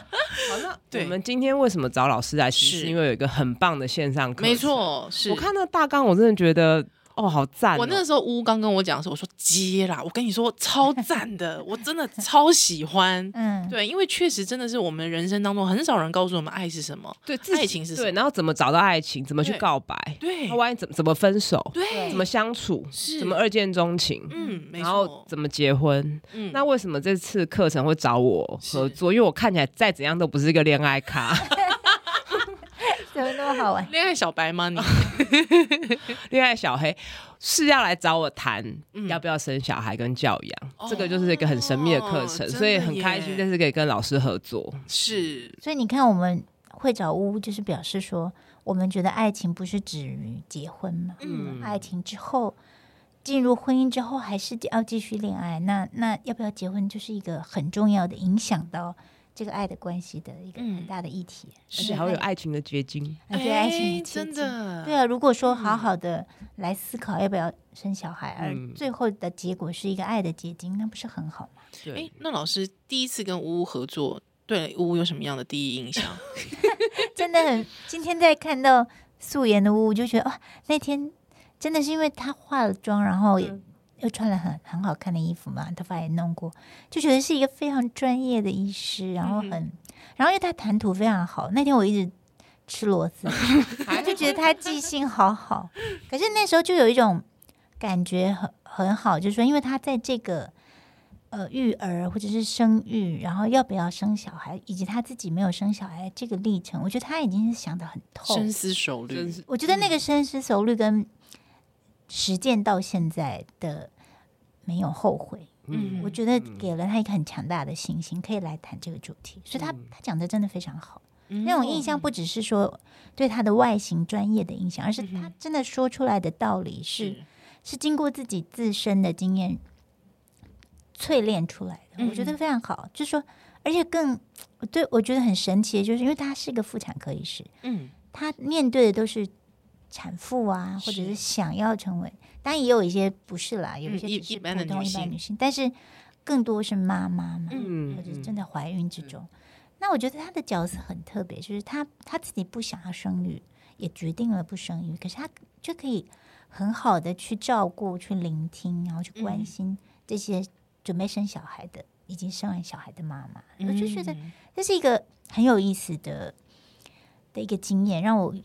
[SPEAKER 2] 那
[SPEAKER 1] 对
[SPEAKER 2] 我们今天为什么找老师来？其实
[SPEAKER 1] 是
[SPEAKER 2] 是因为有一个很棒的线上课，
[SPEAKER 1] 没。错，是
[SPEAKER 2] 我看那大纲，我真的觉得哦，好赞哦、
[SPEAKER 1] 我那时候乌刚跟我讲的时候，我说接啦，我跟你说超赞的， [laughs] 我真的超喜欢。
[SPEAKER 3] 嗯，
[SPEAKER 1] 对，因为确实真的是我们人生当中很少人告诉我们爱是什么，
[SPEAKER 2] 对自己
[SPEAKER 1] 爱情是什
[SPEAKER 2] 对，
[SPEAKER 1] 么，
[SPEAKER 2] 然后怎么找到爱情，怎么去
[SPEAKER 1] 对
[SPEAKER 2] 告白，
[SPEAKER 1] 对
[SPEAKER 2] 那万一怎怎么分手，
[SPEAKER 1] 对，
[SPEAKER 2] 怎么相处，
[SPEAKER 1] 是
[SPEAKER 2] 怎么二见钟情，
[SPEAKER 1] 嗯，没
[SPEAKER 2] 然后
[SPEAKER 1] 错，
[SPEAKER 2] 怎么结婚。
[SPEAKER 1] 嗯，
[SPEAKER 2] 那为什么这次课程会找我
[SPEAKER 1] 是
[SPEAKER 2] 合作？因为我看起来再怎样都不是一个恋爱
[SPEAKER 1] [laughs]
[SPEAKER 2] 咖，
[SPEAKER 3] 怎么那么好玩？
[SPEAKER 1] 恋爱小白吗？你
[SPEAKER 2] 恋爱小黑是要来找我谈
[SPEAKER 1] 嗯
[SPEAKER 2] 要不要生小孩跟教养，
[SPEAKER 1] 哦
[SPEAKER 2] 这个就是一个很神秘的课程，
[SPEAKER 1] 真的
[SPEAKER 2] 所以很开
[SPEAKER 1] 耶
[SPEAKER 2] 心这次可以跟老师合作。
[SPEAKER 1] 是
[SPEAKER 3] 所以你看，我们会找屋，就是表示说，我们觉得爱情不是止于结婚嘛，
[SPEAKER 1] 嗯
[SPEAKER 2] 嗯，
[SPEAKER 3] 爱情之后。进入婚姻之后，还是要继续恋爱，那那要不要结婚，就是一个很重要的影响到这个爱的关系的一个
[SPEAKER 1] 嗯
[SPEAKER 3] 很大的议题。
[SPEAKER 2] 而且还会有爱情的结晶，
[SPEAKER 3] 而且爱情也接
[SPEAKER 1] 哎真
[SPEAKER 3] 近
[SPEAKER 1] 的，嗯
[SPEAKER 3] 对啊，如果说好好的来思考要不要生小孩，
[SPEAKER 2] 嗯
[SPEAKER 3] 而最后的结果是一个爱的结晶，那不是很好吗？ [laughs]
[SPEAKER 1] 哎、那老师第一次跟呜呜合作，对呜呜有什么样的第一印
[SPEAKER 3] [laughs]
[SPEAKER 1] 象？
[SPEAKER 3] 真的很，今天在看到素颜的屋，我就觉得哇，那天真的是因为她化了妆，然后也
[SPEAKER 1] 嗯
[SPEAKER 3] 又穿了很很好看的衣服嘛，头发也弄过，就觉得是一个非常专业的医
[SPEAKER 1] 嗯
[SPEAKER 3] 师，然后很，然后因为她谈吐非常好，那天我一直吃
[SPEAKER 1] [laughs]
[SPEAKER 3] 螺丝，我就觉得她记性好好，可是那时候就有一种感觉很很好，就是说因为她在这个。呃育儿或者是生育，然后要不要生小孩，以及他自己没有生小孩这个历程，我觉得他已经是想得很透。
[SPEAKER 1] 深思熟虑
[SPEAKER 2] 真，是
[SPEAKER 3] 我觉得那个深思熟虑跟实践到现在的没有后悔，
[SPEAKER 1] 嗯
[SPEAKER 3] 我觉得给了他一个很强大的信心，可以来谈这个主题。所以他、他讲的真的非常好。
[SPEAKER 1] 嗯
[SPEAKER 3] [laughs] 那种印象不只是说对他的外形专业的印象，而是
[SPEAKER 1] 嗯
[SPEAKER 3] 他真的说出来的道理是、
[SPEAKER 1] 是
[SPEAKER 3] 是经过自己自身的经验淬炼出来的，
[SPEAKER 1] 嗯
[SPEAKER 3] 我觉得非常好。就是说，而且更我对我觉得很神奇的就是，因为他是一个妇产科医师，
[SPEAKER 1] 嗯
[SPEAKER 3] 他面对的都是产妇啊，
[SPEAKER 1] 是嗯
[SPEAKER 3] 或者是想要成为，当然也有一些不是啦，有一些
[SPEAKER 1] 一
[SPEAKER 3] 只是
[SPEAKER 1] 一
[SPEAKER 3] 普
[SPEAKER 1] 般的
[SPEAKER 3] 通
[SPEAKER 1] 女
[SPEAKER 3] 一般
[SPEAKER 1] 性
[SPEAKER 3] 女性，但是更多是妈妈嘛，
[SPEAKER 2] 嗯
[SPEAKER 3] 或者是正在怀孕之中。那我觉得她的角色很特别，就是她她自己不想要生育，也决定了不生育，可是她就可以很好的去照顾、去聆听，然后去关
[SPEAKER 1] 嗯
[SPEAKER 3] 心这些准备生小孩的、已经生完小孩的妈妈。我就觉得
[SPEAKER 1] 嗯
[SPEAKER 3] 这是一个很有意思的的一个经验，让我有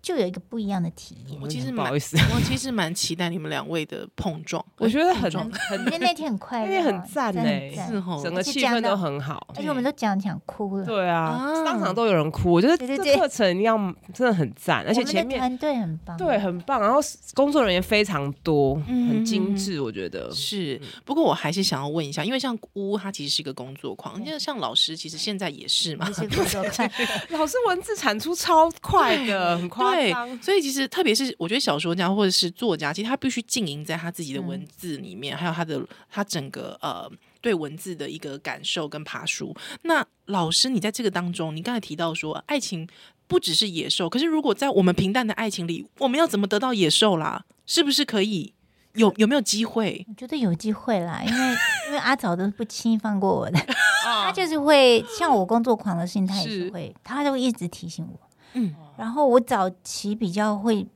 [SPEAKER 3] 就有一个不一样的体验。
[SPEAKER 1] 我其实
[SPEAKER 2] 不好
[SPEAKER 1] 蛮
[SPEAKER 2] 意思，
[SPEAKER 1] 我其实蛮期待你们两位的碰撞，
[SPEAKER 2] [laughs] 我觉得
[SPEAKER 1] 碰
[SPEAKER 2] 很
[SPEAKER 1] 撞
[SPEAKER 3] 因为那天很快
[SPEAKER 2] 那
[SPEAKER 3] 乐，啊
[SPEAKER 2] 天很赞
[SPEAKER 3] 真的很
[SPEAKER 2] 欸
[SPEAKER 3] 赞
[SPEAKER 1] 是吼
[SPEAKER 2] [laughs] 整个
[SPEAKER 3] 而且
[SPEAKER 2] 气
[SPEAKER 3] 讲
[SPEAKER 2] 氛
[SPEAKER 3] 到
[SPEAKER 2] 都很好。
[SPEAKER 3] 而且我们都讲讲哭了。
[SPEAKER 2] 对啊
[SPEAKER 1] 啊，
[SPEAKER 2] 当场都有人哭，我觉得
[SPEAKER 3] 对对
[SPEAKER 2] 这
[SPEAKER 3] 对
[SPEAKER 2] 课程一定要真的很赞，而且
[SPEAKER 3] 我们的
[SPEAKER 2] 前面
[SPEAKER 3] 团队很棒，啊
[SPEAKER 2] 对，很棒，然后工作人员非常多，
[SPEAKER 1] 嗯
[SPEAKER 2] 很精致，我觉得。
[SPEAKER 1] 是，不过我还是想要问一下，因为像乌他其实是一个工作狂，因为像老师其实现在也是嘛
[SPEAKER 3] 也，是工作快
[SPEAKER 2] 老师文字产出超快的，很夸
[SPEAKER 1] 对
[SPEAKER 2] 张，。
[SPEAKER 1] 所以其实特别是我觉得小说家或者是作家，其实他必须经营在他自己的文字里面，还有他的他整个呃对文字的一个感受跟爬书。那老师，你在这个当中，你刚才提到说爱情不只是野兽，可是如果在我们平淡的爱情里，我们要怎么得到野兽啦？是不是可以有有没有机会？
[SPEAKER 3] 我觉得有机会啦，因为因为阿早都不轻易放过我的，
[SPEAKER 2] 啊
[SPEAKER 3] 他就是会像我工作狂的事情，他也是
[SPEAKER 2] 是
[SPEAKER 3] 会，他就会一直提醒我。
[SPEAKER 1] 嗯，
[SPEAKER 3] 然后我早期比较会，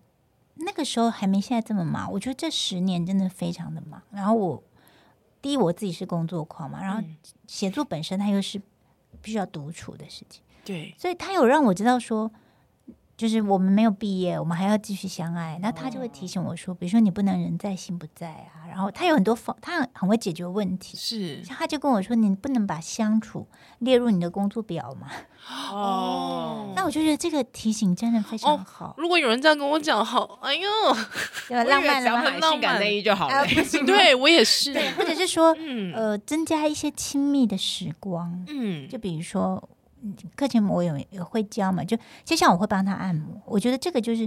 [SPEAKER 3] 那个时候还没现在这么忙，我觉得这十年真的非常的忙。然后我第一我自己是工作狂嘛，然后
[SPEAKER 1] 嗯
[SPEAKER 3] 写作本身它又是必须要独处的事情，
[SPEAKER 1] 对，
[SPEAKER 3] 所以他有让我知道说。就是我们没有毕业，我们还要继续相爱。那他就会提醒我说，比如说你不能人在心不在啊。然后他有很多方，他很很会解决问题。
[SPEAKER 1] 是
[SPEAKER 3] 像他就跟我说，你不能把相处列入你的工作表嘛。
[SPEAKER 1] 哦
[SPEAKER 3] 那我就觉得这个提醒真的非常
[SPEAKER 1] 哦
[SPEAKER 3] [laughs] 好，
[SPEAKER 1] 如果有人这样跟我讲，好，哎呦，
[SPEAKER 3] 对吧？浪漫
[SPEAKER 2] 只要
[SPEAKER 3] 了吗？
[SPEAKER 2] 买性感内衣就好
[SPEAKER 3] 啊
[SPEAKER 2] 了。
[SPEAKER 3] 不行
[SPEAKER 1] 对我也是，
[SPEAKER 3] 对，或者是说，
[SPEAKER 1] 嗯
[SPEAKER 3] 呃，增加一些亲密的时光，
[SPEAKER 1] 嗯，
[SPEAKER 3] 就比如说嗯课前我有也会教嘛，就就像我会帮他按摩，我觉得这个就是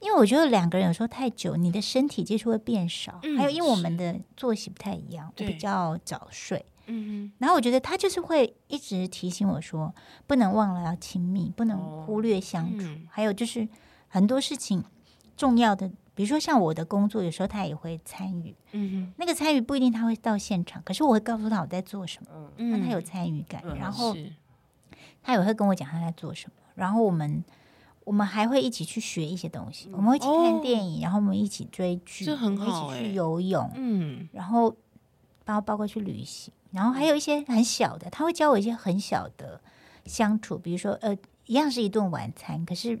[SPEAKER 3] 因为我觉得两个人有时候太久，你的身体接触会变少，
[SPEAKER 1] 嗯
[SPEAKER 3] 还有因为我们
[SPEAKER 1] 是
[SPEAKER 3] 的作息不太一样，我比
[SPEAKER 1] 对
[SPEAKER 3] 较早睡。
[SPEAKER 1] 嗯
[SPEAKER 3] 然后我觉得他就是会一直提醒我说，不能忘了要亲密，不能
[SPEAKER 2] 哦
[SPEAKER 3] 忽略相处。
[SPEAKER 1] 嗯
[SPEAKER 3] 还有就是很多事情重要的，比如说像我的工作，有时候他也会参与。
[SPEAKER 1] 嗯
[SPEAKER 3] 那个参与不一定他会到现场，可是我会告诉他我在做什么，
[SPEAKER 1] 嗯
[SPEAKER 3] 让他有参与感。
[SPEAKER 2] 嗯
[SPEAKER 3] 然后
[SPEAKER 1] 是
[SPEAKER 3] 他也会跟我讲他在做什么，然后我们我们还会一起去学一些东西，我们会一起看
[SPEAKER 1] 哦
[SPEAKER 3] 电影，然后我们一起追剧，
[SPEAKER 1] 这很
[SPEAKER 3] 我
[SPEAKER 1] 好
[SPEAKER 3] 们一起
[SPEAKER 1] 欸
[SPEAKER 3] 去游泳，
[SPEAKER 1] 嗯
[SPEAKER 3] 然后包包括去旅行，然后还有一些很小的，他会教我一些很小的相处，比如说呃，一样是一顿晚餐，可是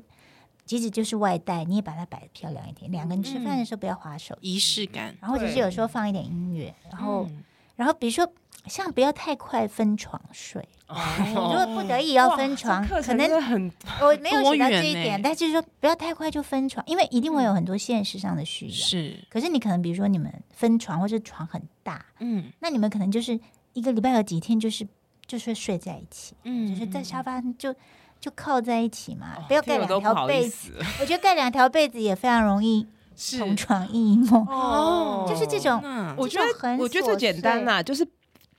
[SPEAKER 3] 即使就是外带，你也把它摆得漂亮一点，两个人吃
[SPEAKER 1] 嗯
[SPEAKER 3] 饭的时候不要划手机。
[SPEAKER 1] 仪式感，
[SPEAKER 3] 然后只是
[SPEAKER 2] 对
[SPEAKER 3] 有时候放一点音乐，然后
[SPEAKER 1] 嗯
[SPEAKER 3] 然后比如说，像不要太快分床睡，
[SPEAKER 2] 哦
[SPEAKER 3] 如
[SPEAKER 1] 哦
[SPEAKER 3] 果不得已要
[SPEAKER 2] 要
[SPEAKER 3] 分床，
[SPEAKER 2] 课
[SPEAKER 3] 可
[SPEAKER 2] 程真的
[SPEAKER 3] 能
[SPEAKER 2] 很
[SPEAKER 3] [laughs] 我没有
[SPEAKER 1] 多
[SPEAKER 3] 写到这
[SPEAKER 1] 元
[SPEAKER 3] 一
[SPEAKER 1] 呢嗯
[SPEAKER 3] 点，但就是说不要太快就分床，因为一定会有很多现实上的需要。
[SPEAKER 1] 是
[SPEAKER 3] 可是你可能比如说你们分床或者床很大，
[SPEAKER 1] 嗯
[SPEAKER 3] 那你们可能就是一个礼拜有几天就是就是睡在一起，
[SPEAKER 1] 嗯哦
[SPEAKER 3] 就是在沙发上就就靠在一起嘛，不要盖
[SPEAKER 2] 听了都
[SPEAKER 3] 两
[SPEAKER 2] 不
[SPEAKER 3] 条
[SPEAKER 2] 好
[SPEAKER 3] 被
[SPEAKER 2] 意
[SPEAKER 3] 子。
[SPEAKER 2] 思
[SPEAKER 3] 我觉得盖两条被子也非常容易
[SPEAKER 1] 是
[SPEAKER 3] 同床异梦，
[SPEAKER 1] 哦
[SPEAKER 3] 就是这种
[SPEAKER 1] 那
[SPEAKER 2] 我
[SPEAKER 3] 这
[SPEAKER 2] 觉
[SPEAKER 3] 种很
[SPEAKER 2] 得，我觉得最
[SPEAKER 3] 琐
[SPEAKER 2] 简单
[SPEAKER 3] 碎
[SPEAKER 2] 啦，就是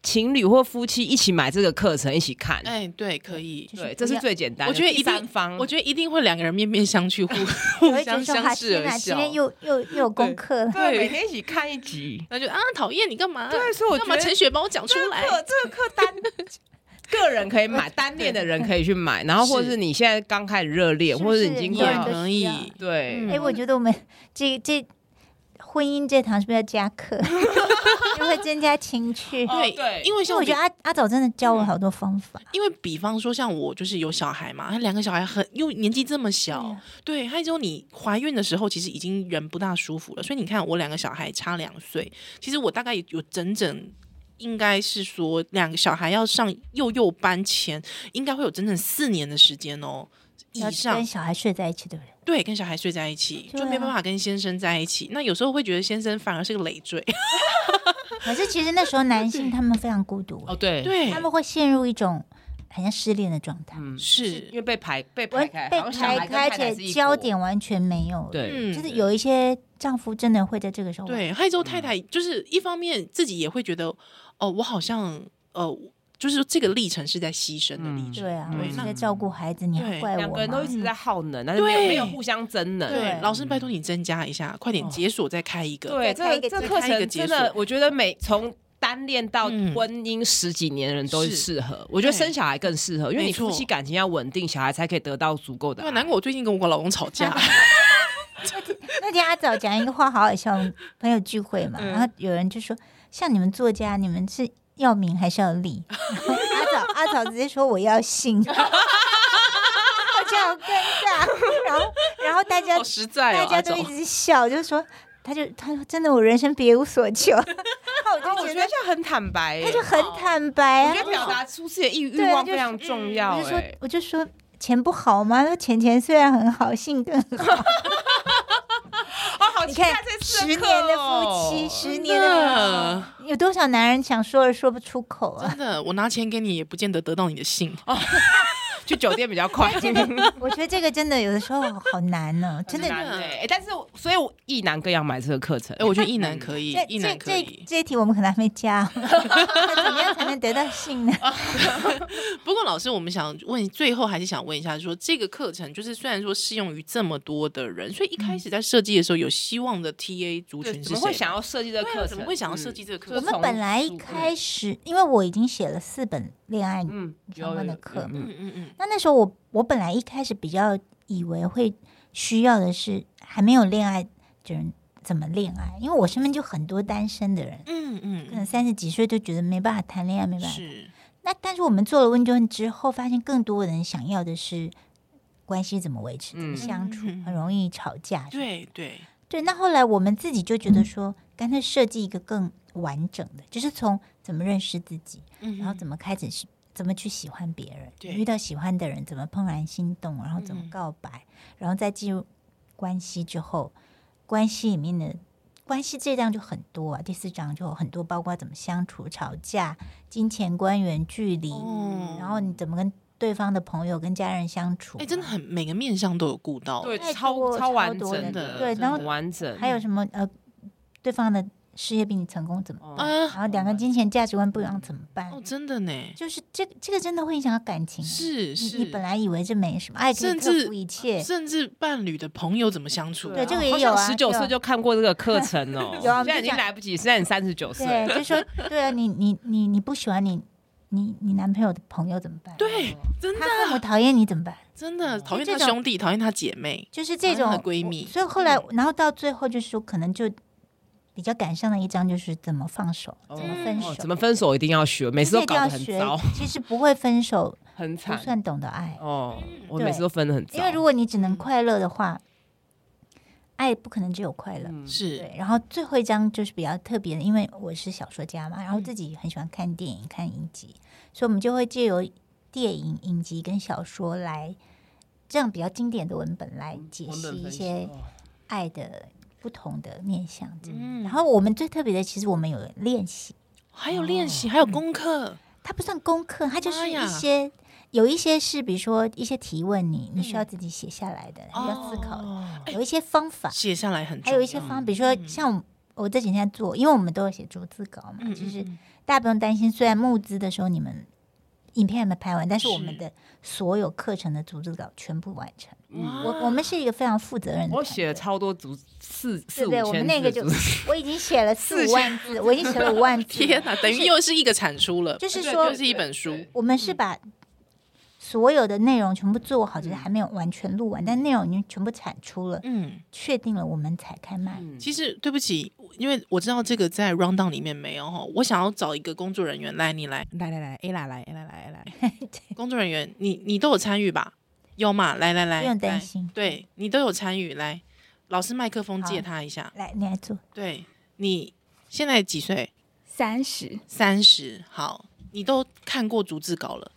[SPEAKER 2] 情侣或夫妻一起买这个课程，一起看。
[SPEAKER 1] 哎对可以
[SPEAKER 3] 就。
[SPEAKER 2] 对，
[SPEAKER 3] 不
[SPEAKER 2] 这是
[SPEAKER 3] 要
[SPEAKER 2] 最简单
[SPEAKER 1] 我
[SPEAKER 2] 的。
[SPEAKER 1] 觉得一
[SPEAKER 2] 第三
[SPEAKER 1] 定，
[SPEAKER 2] 方，
[SPEAKER 1] 我觉得一定会两个人面面相觑，互 [laughs]
[SPEAKER 3] 我
[SPEAKER 1] 互
[SPEAKER 3] 会觉
[SPEAKER 1] 相
[SPEAKER 3] 得说哈，
[SPEAKER 1] 相
[SPEAKER 3] 啊
[SPEAKER 1] 视
[SPEAKER 3] 天哪，
[SPEAKER 1] 而
[SPEAKER 3] 今
[SPEAKER 1] 笑。
[SPEAKER 3] 天又又又有功
[SPEAKER 2] 对
[SPEAKER 3] 课了。
[SPEAKER 2] 对
[SPEAKER 1] 对
[SPEAKER 2] 每天一起看一集。
[SPEAKER 1] 那就啊，讨厌你干嘛？
[SPEAKER 2] 对，所以我
[SPEAKER 1] 干
[SPEAKER 2] 觉
[SPEAKER 1] 嘛
[SPEAKER 2] 得
[SPEAKER 1] 陈雪帮我讲 [laughs] 出
[SPEAKER 2] 这个
[SPEAKER 1] 来？
[SPEAKER 2] 课这个课单个人可以买，单恋的人可以去买，然后或者
[SPEAKER 1] 是
[SPEAKER 2] 是你现在刚开始热恋，
[SPEAKER 3] 是
[SPEAKER 2] 或者已
[SPEAKER 1] 也
[SPEAKER 2] 经
[SPEAKER 3] 很多人都
[SPEAKER 1] 可
[SPEAKER 2] 快
[SPEAKER 3] 需要
[SPEAKER 1] 以，
[SPEAKER 2] 对
[SPEAKER 1] 嗯
[SPEAKER 3] 哎、我觉得我们这这婚姻这堂是不是要加课， [laughs] 就会增加情趣？
[SPEAKER 2] 哦对
[SPEAKER 1] 因为
[SPEAKER 3] 其实
[SPEAKER 1] 像
[SPEAKER 3] 我觉得阿阿早真的教我好多方法，
[SPEAKER 1] 因为比方说像我就是有小孩嘛，他两个小孩很又年纪这么
[SPEAKER 2] 嗯哦
[SPEAKER 1] 小，对，还有就是你怀孕的时候其实已经人不大舒服了，所以你看我两个小孩差两岁，其实我大概有整整应该是说两个小孩要上幼幼班前，应该会有整整四年的时间哦。以
[SPEAKER 3] 要
[SPEAKER 1] 上
[SPEAKER 3] 跟小孩睡在一起，对不对？
[SPEAKER 1] 对，跟小孩睡在一起，
[SPEAKER 3] 对
[SPEAKER 1] 就没办
[SPEAKER 3] 啊
[SPEAKER 1] 法跟先生在一起。那有时候会觉得先生反而是个累赘，
[SPEAKER 3] 可是其实那时候男性他们非常孤独，
[SPEAKER 2] 哦，对，
[SPEAKER 1] 对
[SPEAKER 3] 他，们会陷入一种好像失恋的状态，
[SPEAKER 2] 嗯，
[SPEAKER 1] 是
[SPEAKER 2] 因为被排被
[SPEAKER 3] 完
[SPEAKER 2] 排开，
[SPEAKER 3] 被
[SPEAKER 2] 好像小孩
[SPEAKER 3] 排
[SPEAKER 2] 跟
[SPEAKER 3] 开，而
[SPEAKER 2] 太太是
[SPEAKER 3] 且
[SPEAKER 2] 一
[SPEAKER 3] 焦
[SPEAKER 2] 国，
[SPEAKER 3] 点完全没有。，
[SPEAKER 2] 对，
[SPEAKER 1] 嗯
[SPEAKER 3] 就是有一些丈夫真的会在这个时候，，
[SPEAKER 1] 对，害之后太太就是一方面自己也会觉得，哦、我好像呃，就是这个历程是在牺牲的历
[SPEAKER 2] 嗯
[SPEAKER 1] 程。
[SPEAKER 3] 对啊，
[SPEAKER 1] 对
[SPEAKER 3] 我是
[SPEAKER 1] 那
[SPEAKER 3] 在照顾孩子，你还
[SPEAKER 1] 对
[SPEAKER 3] 怪
[SPEAKER 2] 两
[SPEAKER 3] 我
[SPEAKER 2] 个人都一
[SPEAKER 3] 吗？
[SPEAKER 2] 直在耗能，但是没有
[SPEAKER 1] 对
[SPEAKER 2] 没有互相争能，
[SPEAKER 1] 对，
[SPEAKER 3] 对哦
[SPEAKER 1] 老师，拜托你增加一下，快点解锁再开一个。
[SPEAKER 2] 对，
[SPEAKER 3] 再开
[SPEAKER 2] 这个
[SPEAKER 3] 一个
[SPEAKER 2] 这个
[SPEAKER 3] 再
[SPEAKER 2] 课
[SPEAKER 1] 开一个
[SPEAKER 2] 程
[SPEAKER 1] 解
[SPEAKER 2] 真的
[SPEAKER 1] 锁，
[SPEAKER 2] 我觉得每从单恋到
[SPEAKER 1] 嗯
[SPEAKER 2] 婚姻十几年的人都
[SPEAKER 1] 是
[SPEAKER 2] 适合，我觉得
[SPEAKER 1] 对
[SPEAKER 2] 生小孩更适合，因为
[SPEAKER 1] 没
[SPEAKER 2] 你夫
[SPEAKER 1] 错
[SPEAKER 2] 妻感情要稳定，小孩才可以得到足够的
[SPEAKER 1] 对啊，
[SPEAKER 2] 爱。
[SPEAKER 1] 难怪我最近跟我老公吵
[SPEAKER 3] [laughs]
[SPEAKER 1] 架。
[SPEAKER 3] 那天阿早讲一个话，好好笑，朋友聚会嘛，
[SPEAKER 1] 嗯
[SPEAKER 3] 然后有人就说，像你们作家，你们是要名还是要利？ [laughs] 阿早阿早直接说我要姓，我 [laughs] 觉得好尴尬， [laughs] 然后然后大家
[SPEAKER 1] 好实在
[SPEAKER 3] 大
[SPEAKER 1] 哦，阿
[SPEAKER 3] 家都一
[SPEAKER 1] 总。
[SPEAKER 3] 直笑，就说他就他说真的，我人生别无所求。 [laughs]
[SPEAKER 2] 啊
[SPEAKER 3] 那我
[SPEAKER 2] [laughs] 我
[SPEAKER 1] 哦
[SPEAKER 2] 觉得
[SPEAKER 3] 就觉得
[SPEAKER 2] 这样很坦白耶，
[SPEAKER 3] 他就很坦白
[SPEAKER 2] 我
[SPEAKER 3] 啊
[SPEAKER 2] 觉，得表达出自己的欲欲
[SPEAKER 3] 对啊
[SPEAKER 2] 望
[SPEAKER 3] 就嗯
[SPEAKER 2] 非
[SPEAKER 3] 是
[SPEAKER 2] 常重要
[SPEAKER 3] 我就说
[SPEAKER 1] 欸
[SPEAKER 2] 哎。
[SPEAKER 3] 我就说钱不好吗？说钱钱虽然很好，性更好。
[SPEAKER 2] 哦，好
[SPEAKER 3] 你
[SPEAKER 2] 期
[SPEAKER 3] 看
[SPEAKER 2] 待这次哦
[SPEAKER 3] 十年的夫妻，
[SPEAKER 2] 是
[SPEAKER 3] 十年
[SPEAKER 1] 哦真
[SPEAKER 3] 的夫
[SPEAKER 1] 的，
[SPEAKER 3] 妻，有多少男人想说而说不出口啊
[SPEAKER 1] [laughs] 真？的，我拿钱给你也不见得得到你的信。
[SPEAKER 3] 哦
[SPEAKER 2] 去酒店比较
[SPEAKER 3] [laughs]
[SPEAKER 2] 快。
[SPEAKER 3] 我觉得这个真的有的时候好难呢、真的。
[SPEAKER 2] 难哎、欸但是我所以我一男更要买这个课程。
[SPEAKER 1] 哎，我觉得一男可以
[SPEAKER 3] [laughs] 这，
[SPEAKER 1] 一
[SPEAKER 3] 这
[SPEAKER 1] 男可
[SPEAKER 3] 这
[SPEAKER 1] 以。
[SPEAKER 3] 这一题我们可能还没
[SPEAKER 1] [laughs]
[SPEAKER 3] 加，那怎么样才能得到性呢？
[SPEAKER 1] 啊不过老师，我们想问，最后还是想问一下，说这个课程就是虽然说适用于这么多的人，所以一
[SPEAKER 3] 嗯
[SPEAKER 1] 开始在设计的时候有希望的 TA 族
[SPEAKER 2] 对
[SPEAKER 1] 群
[SPEAKER 2] 怎
[SPEAKER 1] 是
[SPEAKER 2] 么
[SPEAKER 1] 谁
[SPEAKER 2] 会
[SPEAKER 1] 吗？
[SPEAKER 2] 想要设计这个
[SPEAKER 1] 对啊
[SPEAKER 2] 课程？嗯
[SPEAKER 1] 怎么会想要设计这个课
[SPEAKER 2] 就
[SPEAKER 3] 我
[SPEAKER 1] 程嗯
[SPEAKER 2] 是
[SPEAKER 3] 们
[SPEAKER 2] 从
[SPEAKER 3] 本来
[SPEAKER 2] 书
[SPEAKER 3] 一开始，因为我已经写了四本恋爱
[SPEAKER 2] 嗯
[SPEAKER 3] 相关的课
[SPEAKER 2] 嗯有有有嗯
[SPEAKER 1] 嗯嗯嗯，
[SPEAKER 3] 那那时候我我本来一开始比较以为会需要的是还没有恋爱的人怎么恋爱，因为我身边就很多单身的人，
[SPEAKER 1] 嗯嗯，
[SPEAKER 3] 可能三十几岁就觉得没办法谈恋爱，没办法。
[SPEAKER 1] 是
[SPEAKER 3] 那但是我们做了问卷之后，发现更多人想要的是关系怎么维持、怎么
[SPEAKER 2] 嗯
[SPEAKER 3] 相处
[SPEAKER 1] 嗯嗯嗯，嗯
[SPEAKER 3] 很容易吵架。
[SPEAKER 1] 对对，
[SPEAKER 3] 对，那后来我们自己就觉得说，干脆设计一个更完整的，就是从怎么认识自己，
[SPEAKER 1] 嗯
[SPEAKER 3] 然后怎
[SPEAKER 1] 么
[SPEAKER 3] 么开始喜，怎么去喜欢别人，
[SPEAKER 1] 对
[SPEAKER 3] 遇到喜欢的人怎么怦然心动，然后怎么
[SPEAKER 1] 嗯
[SPEAKER 3] 告白，然后再进入关系之后，关系里面的关系这章就很多啊，第四章就有很多，包括怎么相处、吵架、金钱观、远距离，
[SPEAKER 1] 哦
[SPEAKER 3] 然后你怎么跟对方的朋友、跟家人相处，啊
[SPEAKER 1] 哎、真的。很每个面上都有顾到，
[SPEAKER 2] 对
[SPEAKER 3] 太
[SPEAKER 2] 超
[SPEAKER 3] 多
[SPEAKER 2] 超
[SPEAKER 3] 超
[SPEAKER 2] 完
[SPEAKER 3] 多
[SPEAKER 2] 整
[SPEAKER 1] 的
[SPEAKER 2] 的，
[SPEAKER 1] 对
[SPEAKER 2] 真
[SPEAKER 1] 然后
[SPEAKER 2] 的完整，
[SPEAKER 3] 还有什么呃，对方的事业比你成功怎么办？
[SPEAKER 2] 哦
[SPEAKER 1] 啊
[SPEAKER 3] 然后两个金钱价值观不一样怎么办？
[SPEAKER 1] 哦，真的呢，
[SPEAKER 3] 就是这个这个真的会影响到感情啊。
[SPEAKER 1] 是
[SPEAKER 3] 你
[SPEAKER 1] 是，
[SPEAKER 3] 你本来以为这没什么，爱可以
[SPEAKER 1] 甚
[SPEAKER 3] 克
[SPEAKER 1] 至
[SPEAKER 3] 服一切。
[SPEAKER 1] 甚至伴侣的朋友怎么相处，
[SPEAKER 3] 对这个也有啊，
[SPEAKER 2] 十九岁就看过这个课程哦
[SPEAKER 3] 有啊我
[SPEAKER 2] 现
[SPEAKER 3] 们就
[SPEAKER 2] 在已经
[SPEAKER 3] 讲
[SPEAKER 2] 来不及，现在你三十九岁，
[SPEAKER 3] 对，就说对啊，你你你你不喜欢你你你男朋友的朋友怎么办？，
[SPEAKER 1] 对，啊真的
[SPEAKER 3] 嗯他父母讨厌你怎么办？
[SPEAKER 1] 真的讨厌
[SPEAKER 3] 这
[SPEAKER 1] 他
[SPEAKER 3] 种
[SPEAKER 1] 兄弟，讨厌他姐妹，
[SPEAKER 3] 就是这
[SPEAKER 1] 讨
[SPEAKER 3] 种
[SPEAKER 1] 厌她的闺蜜
[SPEAKER 3] 所以后来，然后到最后就是说，可能就比较赶上的一章就是怎么放手，
[SPEAKER 2] 哦
[SPEAKER 3] 怎
[SPEAKER 1] 嗯
[SPEAKER 3] 么分手，
[SPEAKER 2] 哦怎么分手一定要学，每次
[SPEAKER 3] 这
[SPEAKER 2] 都
[SPEAKER 3] 一定
[SPEAKER 2] 搞
[SPEAKER 3] 要
[SPEAKER 2] 得很
[SPEAKER 3] 学
[SPEAKER 2] 糟，。
[SPEAKER 3] 其实不会分手，
[SPEAKER 2] 很
[SPEAKER 3] 不
[SPEAKER 2] 惨
[SPEAKER 3] 算懂得爱，
[SPEAKER 2] 哦，我
[SPEAKER 3] 对
[SPEAKER 2] 每次都分的很糟，嗯
[SPEAKER 3] 因为如果你只能快乐的话，爱不可能只有快乐。
[SPEAKER 2] 嗯
[SPEAKER 1] 是
[SPEAKER 3] 对，然后最后一章就是比较特别的，因为我是小说家嘛，然
[SPEAKER 2] 嗯
[SPEAKER 3] 后自己很喜欢看电影、看影集，所以我们就会借由电影、影集跟小说来这样比较经典的文本来解
[SPEAKER 2] 文
[SPEAKER 3] 析
[SPEAKER 2] 本
[SPEAKER 3] 一
[SPEAKER 2] 分析
[SPEAKER 3] 些
[SPEAKER 2] 哦
[SPEAKER 3] 爱的不同的面向。这样
[SPEAKER 1] 嗯
[SPEAKER 3] 然后我们最特别的，其实我们有练习，
[SPEAKER 1] 还有练
[SPEAKER 3] 哦
[SPEAKER 1] 习，
[SPEAKER 3] 嗯
[SPEAKER 1] 还有功课，
[SPEAKER 3] 它不算功课，它就
[SPEAKER 1] 妈
[SPEAKER 3] 是
[SPEAKER 1] 呀
[SPEAKER 3] 一些有一些是比如说一些提问你，你需要
[SPEAKER 1] 嗯
[SPEAKER 3] 自己写下来的，你需要思考的，
[SPEAKER 2] 哦
[SPEAKER 3] 有一些方法。
[SPEAKER 1] 写下来很重
[SPEAKER 3] 还
[SPEAKER 1] 要，
[SPEAKER 3] 有一些方，比如说像我这几天在做，因为我们都有写逐字稿嘛，
[SPEAKER 1] 嗯
[SPEAKER 3] 其实
[SPEAKER 1] 嗯嗯
[SPEAKER 3] 大家不用担心。虽然募资的时候你们影片还没拍完，但是我们
[SPEAKER 1] 是
[SPEAKER 3] 的所有课程的逐字稿全部完成。
[SPEAKER 2] 嗯
[SPEAKER 1] 哇
[SPEAKER 3] 我我们是一个非常负责任的团队，
[SPEAKER 2] 我写了超多组四
[SPEAKER 3] 对
[SPEAKER 2] 四五
[SPEAKER 3] 不对？我们
[SPEAKER 2] 千
[SPEAKER 3] 那个
[SPEAKER 2] 字
[SPEAKER 3] 就
[SPEAKER 2] 组，
[SPEAKER 3] 我已经写了四
[SPEAKER 1] 四
[SPEAKER 3] 五万字，我已经写了五万字了。
[SPEAKER 1] 天哪，等于又是一个产出了，
[SPEAKER 3] 就是
[SPEAKER 1] 对
[SPEAKER 3] 说
[SPEAKER 1] 又是一本书，
[SPEAKER 3] 我们是把所有的内容全部做好，只是还没有完全录完，但内容已经全部产出了，
[SPEAKER 1] 嗯。
[SPEAKER 3] 确定了我们才开卖。
[SPEAKER 2] 嗯
[SPEAKER 1] 其实对不起，因为我知道这个在 round down 里面没有哈，我想要找一个工作人员来，你来，
[SPEAKER 4] 来来来，A 来来，A 来来，A 来， [laughs]
[SPEAKER 1] 工作人员，你你都有参与吧？有嘛？来来来，
[SPEAKER 3] 不用担
[SPEAKER 1] 来
[SPEAKER 3] 心
[SPEAKER 1] 对你都有参与，来，老师麦克风借
[SPEAKER 3] 好
[SPEAKER 1] 他一下，
[SPEAKER 3] 来，你来做
[SPEAKER 1] 对你现在几岁？
[SPEAKER 5] 三十，
[SPEAKER 1] 三十，好，你都看过逐字稿了，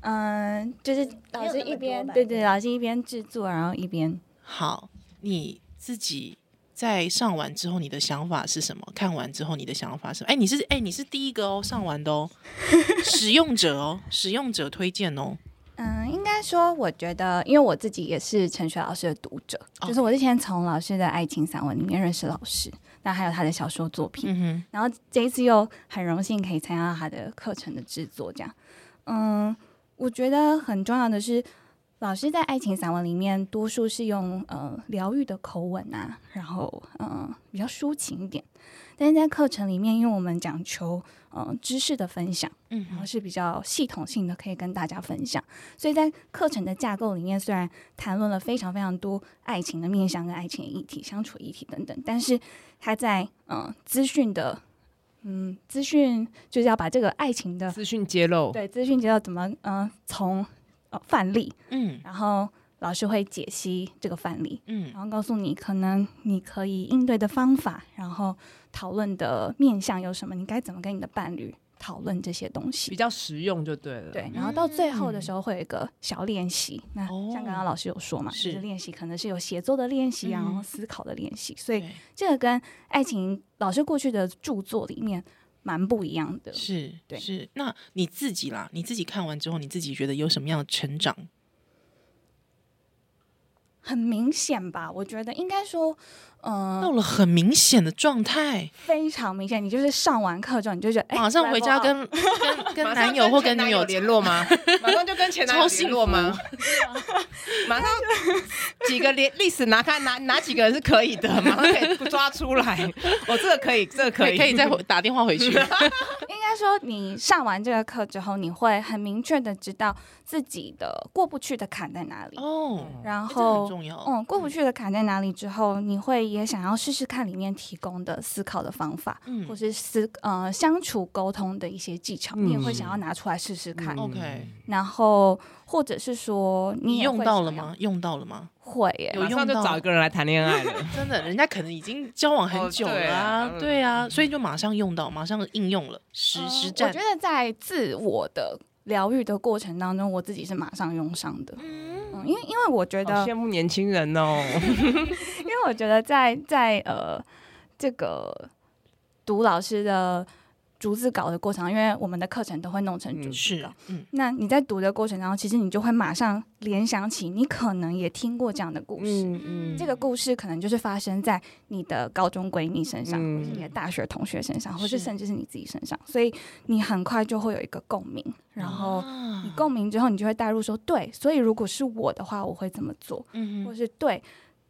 [SPEAKER 5] 嗯，就是老师
[SPEAKER 3] 没有那么
[SPEAKER 5] 一边
[SPEAKER 3] 多吧
[SPEAKER 5] 对对，老师一边制作，然后一边
[SPEAKER 1] 好，你自己在上完之后，你的想法是什么？看完之后，你的想法是什么？哎，你是哎，你是第一个哦，上完的哦，使用者哦，使用者推荐哦，
[SPEAKER 5] 嗯，应该说，我觉得，因为我自己也是陈雪老师的读者，
[SPEAKER 1] 哦
[SPEAKER 5] 就是我之前从老师的爱情散文里面认识老师，那还有他的小说作品，
[SPEAKER 1] 嗯哼，
[SPEAKER 5] 然后这一次又很荣幸可以参加到他的课程的制作，这样，嗯，我觉得很重要的是，老师在爱情散文里面多数是用呃疗愈的口吻啊，然后嗯、呃比较抒情一点，但是在课程里面，因为我们讲求呃知识的分享。
[SPEAKER 1] 嗯
[SPEAKER 5] 然后
[SPEAKER 1] 哼，
[SPEAKER 5] 是比较系统性的，可以跟大家分享。所以在课程的架构里面，虽然谈论了非常非常多爱情的面向、跟爱情的议题、相处议题等等，但是它在嗯、呃资讯的嗯资讯就是要把这个爱情的
[SPEAKER 2] 资讯揭露，
[SPEAKER 5] 对资讯知道怎么嗯、呃从呃范例，
[SPEAKER 1] 嗯
[SPEAKER 5] 然后老师会解析这个范例，
[SPEAKER 1] 嗯
[SPEAKER 5] 然后告诉你可能你可以应对的方法，然后讨论的面向有什么，你该怎么跟你的伴侣讨论这些东西
[SPEAKER 2] 比。较实用就对了。
[SPEAKER 5] 对，然后到最后的时候会有一个小练习。那
[SPEAKER 1] 嗯哦
[SPEAKER 5] 像刚刚老师有说嘛，就是是练习可能是有写作的练习啊，然后
[SPEAKER 1] 嗯
[SPEAKER 5] 思考的练习，所以
[SPEAKER 1] 对
[SPEAKER 5] 这个跟爱情老师过去的著作里面蛮不一样的。
[SPEAKER 1] 是，
[SPEAKER 5] 对
[SPEAKER 1] 是。那你自己啦，你自己看完之后，你自己觉得有什么样的成长？
[SPEAKER 5] 很明显吧？我觉得应该说，嗯、
[SPEAKER 1] 到了很明显的状态，
[SPEAKER 5] 非常明显。你就是上完课之后，你就觉得，哎、
[SPEAKER 1] 马上回家
[SPEAKER 5] level up
[SPEAKER 1] 跟跟跟男友或跟女友
[SPEAKER 2] 联络吗？马上就跟前男友
[SPEAKER 1] 超
[SPEAKER 2] 联
[SPEAKER 1] 幸
[SPEAKER 2] 络
[SPEAKER 1] 福
[SPEAKER 2] 吗？马上几个连历史拿开哪哪几个人是可以的，马上可以抓出来。哦，这个可以，这个可以，
[SPEAKER 1] 可以再回打电话回去。
[SPEAKER 5] 应该说，你上完这个课之后，你会很明确的知道自己的过不去的坎在哪里。
[SPEAKER 1] 哦，
[SPEAKER 5] 然
[SPEAKER 1] 欸这
[SPEAKER 5] 后
[SPEAKER 1] 很重要。
[SPEAKER 5] 嗯，过不去的坎在哪里之后，你会也想要试试看里面提供的思考的方法，
[SPEAKER 1] 嗯
[SPEAKER 5] 或是思呃相处沟通的一些技巧，你也会想要拿出来试试看。
[SPEAKER 2] 嗯
[SPEAKER 1] OK，
[SPEAKER 5] 然后或者是说你
[SPEAKER 1] 你
[SPEAKER 5] 也
[SPEAKER 1] 用
[SPEAKER 5] 会
[SPEAKER 1] 到
[SPEAKER 5] 想
[SPEAKER 1] 了
[SPEAKER 5] 要？
[SPEAKER 1] 吗？用到了吗？
[SPEAKER 5] 会耶，
[SPEAKER 1] 有
[SPEAKER 2] [laughs] 马上
[SPEAKER 1] 用哦
[SPEAKER 2] 就
[SPEAKER 1] 到
[SPEAKER 2] 找一个人来谈恋
[SPEAKER 1] [laughs]
[SPEAKER 2] 爱了。
[SPEAKER 1] 真的，人家可能已经交往很
[SPEAKER 2] 哦
[SPEAKER 1] 久
[SPEAKER 2] 对
[SPEAKER 1] 了
[SPEAKER 2] 啊
[SPEAKER 1] 啊，
[SPEAKER 2] 嗯
[SPEAKER 1] 对啊，所以就马上用到，马上应用了，实
[SPEAKER 5] 呃
[SPEAKER 1] 实
[SPEAKER 5] 我
[SPEAKER 1] 战
[SPEAKER 5] 觉。得在自我的疗愈的过程当中，我自己是马上用上的。嗯，因为因为我觉
[SPEAKER 2] 好
[SPEAKER 5] 得
[SPEAKER 2] 羡慕年轻人哦，
[SPEAKER 5] 因为我觉得在在呃这个读老师的逐字稿的过程，因为我们的课程都会弄成逐字
[SPEAKER 1] 是
[SPEAKER 5] 稿。，
[SPEAKER 1] 嗯，
[SPEAKER 5] 那你在读的过程当中，其实你就会马上联想起，你可能也听过这样的故事。
[SPEAKER 2] 嗯
[SPEAKER 5] 这个故事可能就是发生在你的高中闺蜜身上，
[SPEAKER 2] 嗯
[SPEAKER 5] 或是你的大学同学身上，或
[SPEAKER 1] 是
[SPEAKER 5] 是甚至是你自己身上，所以你很快就会有一个共鸣，然后
[SPEAKER 1] 啊
[SPEAKER 5] 你共鸣之后，你就会带入说，对，所以如果是我的话，我会怎么做？
[SPEAKER 1] 嗯
[SPEAKER 5] 或
[SPEAKER 1] 哼
[SPEAKER 5] 是对，